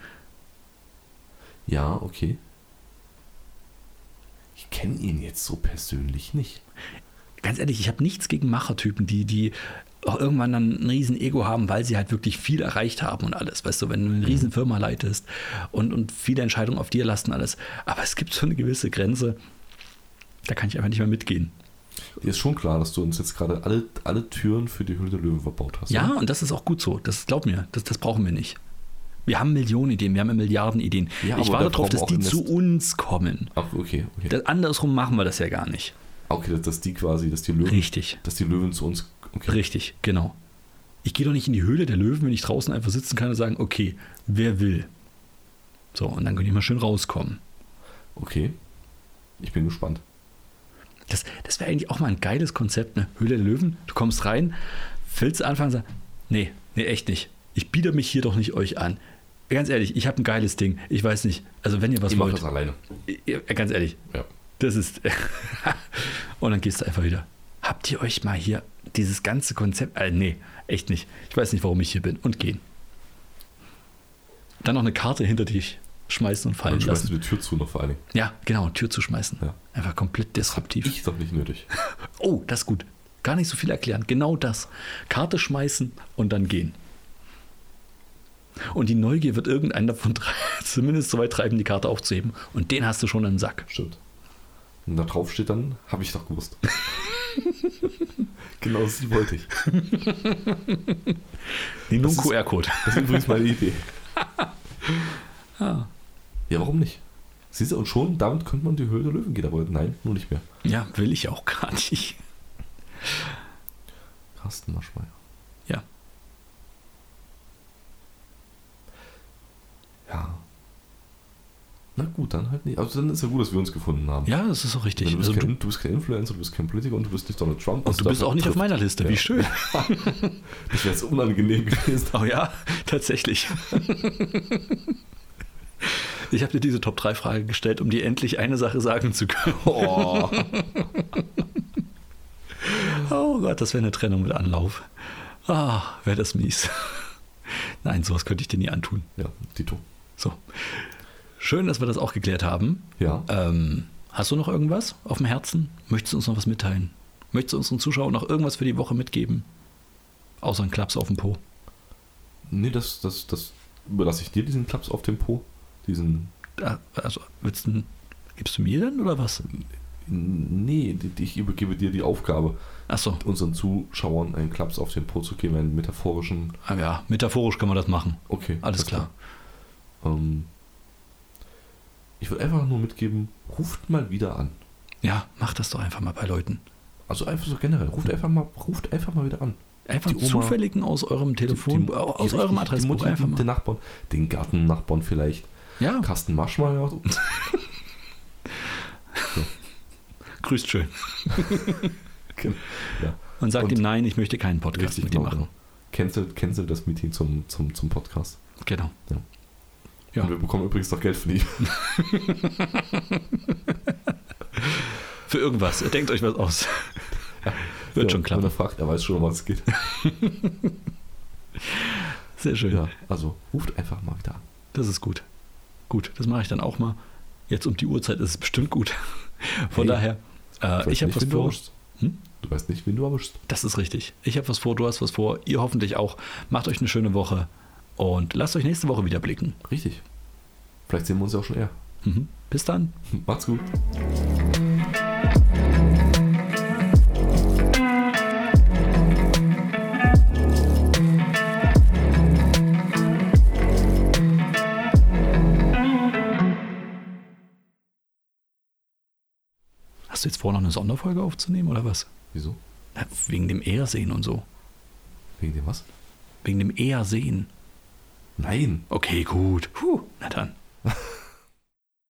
Speaker 2: Ja, okay. Ich kenne ihn jetzt so persönlich nicht.
Speaker 1: Ganz ehrlich, ich habe nichts gegen Machertypen, die, die auch irgendwann dann ein riesen Ego haben, weil sie halt wirklich viel erreicht haben und alles. Weißt du, wenn du eine riesen Firma leitest und, und viele Entscheidungen auf dir lasten, alles. Aber es gibt so eine gewisse Grenze, da kann ich einfach nicht mehr mitgehen.
Speaker 2: Dir ist schon klar, dass du uns jetzt gerade alle, alle Türen für die Höhle der Löwen verbaut hast.
Speaker 1: Ja,
Speaker 2: oder?
Speaker 1: und das ist auch gut so. Das glaub mir, das, das brauchen wir nicht. Wir haben Millionen Ideen, wir haben Milliarden Ideen.
Speaker 2: Ja,
Speaker 1: ich
Speaker 2: aber
Speaker 1: warte
Speaker 2: da
Speaker 1: darauf,
Speaker 2: brauchen
Speaker 1: dass
Speaker 2: wir auch
Speaker 1: die
Speaker 2: ein
Speaker 1: zu
Speaker 2: Nest.
Speaker 1: uns kommen.
Speaker 2: Ach, okay, okay.
Speaker 1: Das, andersrum machen wir das ja gar nicht.
Speaker 2: okay, dass, dass die quasi, dass die Löwen,
Speaker 1: Richtig,
Speaker 2: dass die Löwen zu uns. Okay.
Speaker 1: richtig, genau. Ich gehe doch nicht in die Höhle der Löwen, wenn ich draußen einfach sitzen kann und sagen, okay, wer will? So, und dann können die mal schön rauskommen.
Speaker 2: Okay. Ich bin gespannt.
Speaker 1: Das, das wäre eigentlich auch mal ein geiles Konzept, ne? Höhle der Löwen, du kommst rein, willst anfangen und sagst, nee, nee, echt nicht. Ich biete mich hier doch nicht euch an. Ganz ehrlich, ich habe ein geiles Ding. Ich weiß nicht. Also wenn ihr was
Speaker 2: ich mache
Speaker 1: wollt.
Speaker 2: das alleine.
Speaker 1: Ja, Ganz ehrlich,
Speaker 2: Ja.
Speaker 1: das ist. und dann gehst du einfach wieder. Habt ihr euch mal hier dieses ganze Konzept. Äh, nee, echt nicht. Ich weiß nicht, warum ich hier bin. Und gehen. Dann noch eine Karte hinter dich schmeißen und fallen
Speaker 2: Dann schmeißt
Speaker 1: lassen.
Speaker 2: du die Tür zu noch vor allen Dingen.
Speaker 1: Ja, genau, Tür zu schmeißen.
Speaker 2: Ja.
Speaker 1: Einfach komplett disruptiv.
Speaker 2: Ich doch nicht nötig.
Speaker 1: oh, das ist gut. Gar nicht so viel erklären. Genau das. Karte schmeißen und dann gehen. Und die Neugier wird irgendeinen davon tre- zumindest so weit treiben, die Karte aufzuheben. Und den hast du schon im Sack.
Speaker 2: Stimmt. Und da drauf steht dann, habe ich doch gewusst. genau sie wollte ich.
Speaker 1: Nee, nur ein
Speaker 2: Das ist-
Speaker 1: QR-Code.
Speaker 2: Das ist übrigens meine Idee.
Speaker 1: Ah.
Speaker 2: Ja, warum nicht? Siehst du, und schon, damit könnte man die Höhle der Löwen gehen, aber nein, nur nicht mehr.
Speaker 1: Ja, will ich auch gar nicht.
Speaker 2: Carsten Maschmeyer.
Speaker 1: Ja.
Speaker 2: Ja. Na gut, dann halt nicht. Also dann ist ja gut, dass wir uns gefunden haben.
Speaker 1: Ja, das ist auch richtig.
Speaker 2: Denn Du bist,
Speaker 1: Also,
Speaker 2: kein,
Speaker 1: du,
Speaker 2: du bist kein Influencer, du bist kein Politiker und du bist nicht Donald Trump.
Speaker 1: und du bist auch nicht auf meiner Liste. Wie
Speaker 2: Ja.
Speaker 1: schön.
Speaker 2: Das wäre jetzt unangenehm gewesen.
Speaker 1: Oh ja, tatsächlich. Ich habe dir diese Top 3 Frage gestellt, um dir endlich eine Sache sagen zu können.
Speaker 2: Oh.
Speaker 1: Oh Gott, das wäre eine Trennung mit Anlauf. Ah, wäre das mies. Nein, sowas könnte ich dir nie antun.
Speaker 2: Ja, Tito.
Speaker 1: So. Schön, dass wir das auch geklärt haben.
Speaker 2: Ja.
Speaker 1: Ähm, hast du noch irgendwas auf dem Herzen? Möchtest du uns noch was mitteilen? Möchtest du unseren Zuschauern noch irgendwas für die Woche mitgeben? Außer einen Klaps auf den Po.
Speaker 2: Nee, das, das, das überlasse ich dir diesen Klaps auf dem Po. Diesen.
Speaker 1: Da, also, willst du, gibst du mir dann oder was?
Speaker 2: Nee, die- die- ich übergebe dir die Aufgabe,
Speaker 1: Achso,
Speaker 2: unseren Zuschauern einen Klaps auf den Po zu geben, einen metaphorischen.
Speaker 1: ah ja, metaphorisch kann man das machen.
Speaker 2: Okay.
Speaker 1: Alles klar.
Speaker 2: Ähm, ich würde einfach nur mitgeben, ruft mal wieder an.
Speaker 1: Ja, mach das doch einfach mal bei Leuten.
Speaker 2: Also einfach so generell, ruft einfach mal, ruft einfach mal wieder an.
Speaker 1: Einfach
Speaker 2: Die Oma-
Speaker 1: zufälligen aus eurem Telefon,
Speaker 2: Die- die-
Speaker 1: aus
Speaker 2: die
Speaker 1: eurem
Speaker 2: richtig
Speaker 1: Adressbuch
Speaker 2: demotivierten
Speaker 1: einfach mal.
Speaker 2: Nachbarn, den Gartennachbarn vielleicht.
Speaker 1: Ja,
Speaker 2: Carsten Maschmeyer.
Speaker 1: grüßt schön.
Speaker 2: ja,
Speaker 1: Und sagt
Speaker 2: Genau. Und-
Speaker 1: ihm, nein, ich möchte keinen Podcast
Speaker 2: richtig
Speaker 1: mit dir
Speaker 2: genau.
Speaker 1: machen.
Speaker 2: genau. Cancel, cancel das Meeting zum, zum, zum Podcast.
Speaker 1: Genau. Ja.
Speaker 2: Ja. Und wir bekommen übrigens noch Geld für die.
Speaker 1: Für irgendwas. Denkt euch was aus. Wird schon
Speaker 2: Wenn
Speaker 1: klappen.
Speaker 2: er fragt, er weiß schon, um was es geht.
Speaker 1: Sehr schön.
Speaker 2: ja, also ruft einfach mal wieder an.
Speaker 1: Das ist gut. Gut, das mache ich dann auch mal. Jetzt um die Uhrzeit ist es bestimmt gut. Von
Speaker 2: Hey,
Speaker 1: daher,
Speaker 2: Du
Speaker 1: äh,
Speaker 2: weißt
Speaker 1: ich habe
Speaker 2: nicht,
Speaker 1: was
Speaker 2: wen du
Speaker 1: vor.
Speaker 2: erwischst.
Speaker 1: Hm?
Speaker 2: Du weißt nicht, wen du erwischst.
Speaker 1: Das ist richtig. Ich habe was vor, du hast was vor, ihr hoffentlich auch. Macht euch eine schöne Woche und lasst euch nächste Woche wieder blicken.
Speaker 2: Richtig. Vielleicht sehen wir uns ja auch schon eher.
Speaker 1: Mhm. Bis dann.
Speaker 2: Macht's gut.
Speaker 1: Hast du jetzt vor, noch eine Sonderfolge aufzunehmen oder was?
Speaker 2: Wieso?
Speaker 1: Na, wegen dem Ersehen und so.
Speaker 2: Wegen dem was?
Speaker 1: Wegen dem Ersehen.
Speaker 2: Nein.
Speaker 1: Okay, gut. Puh, na dann.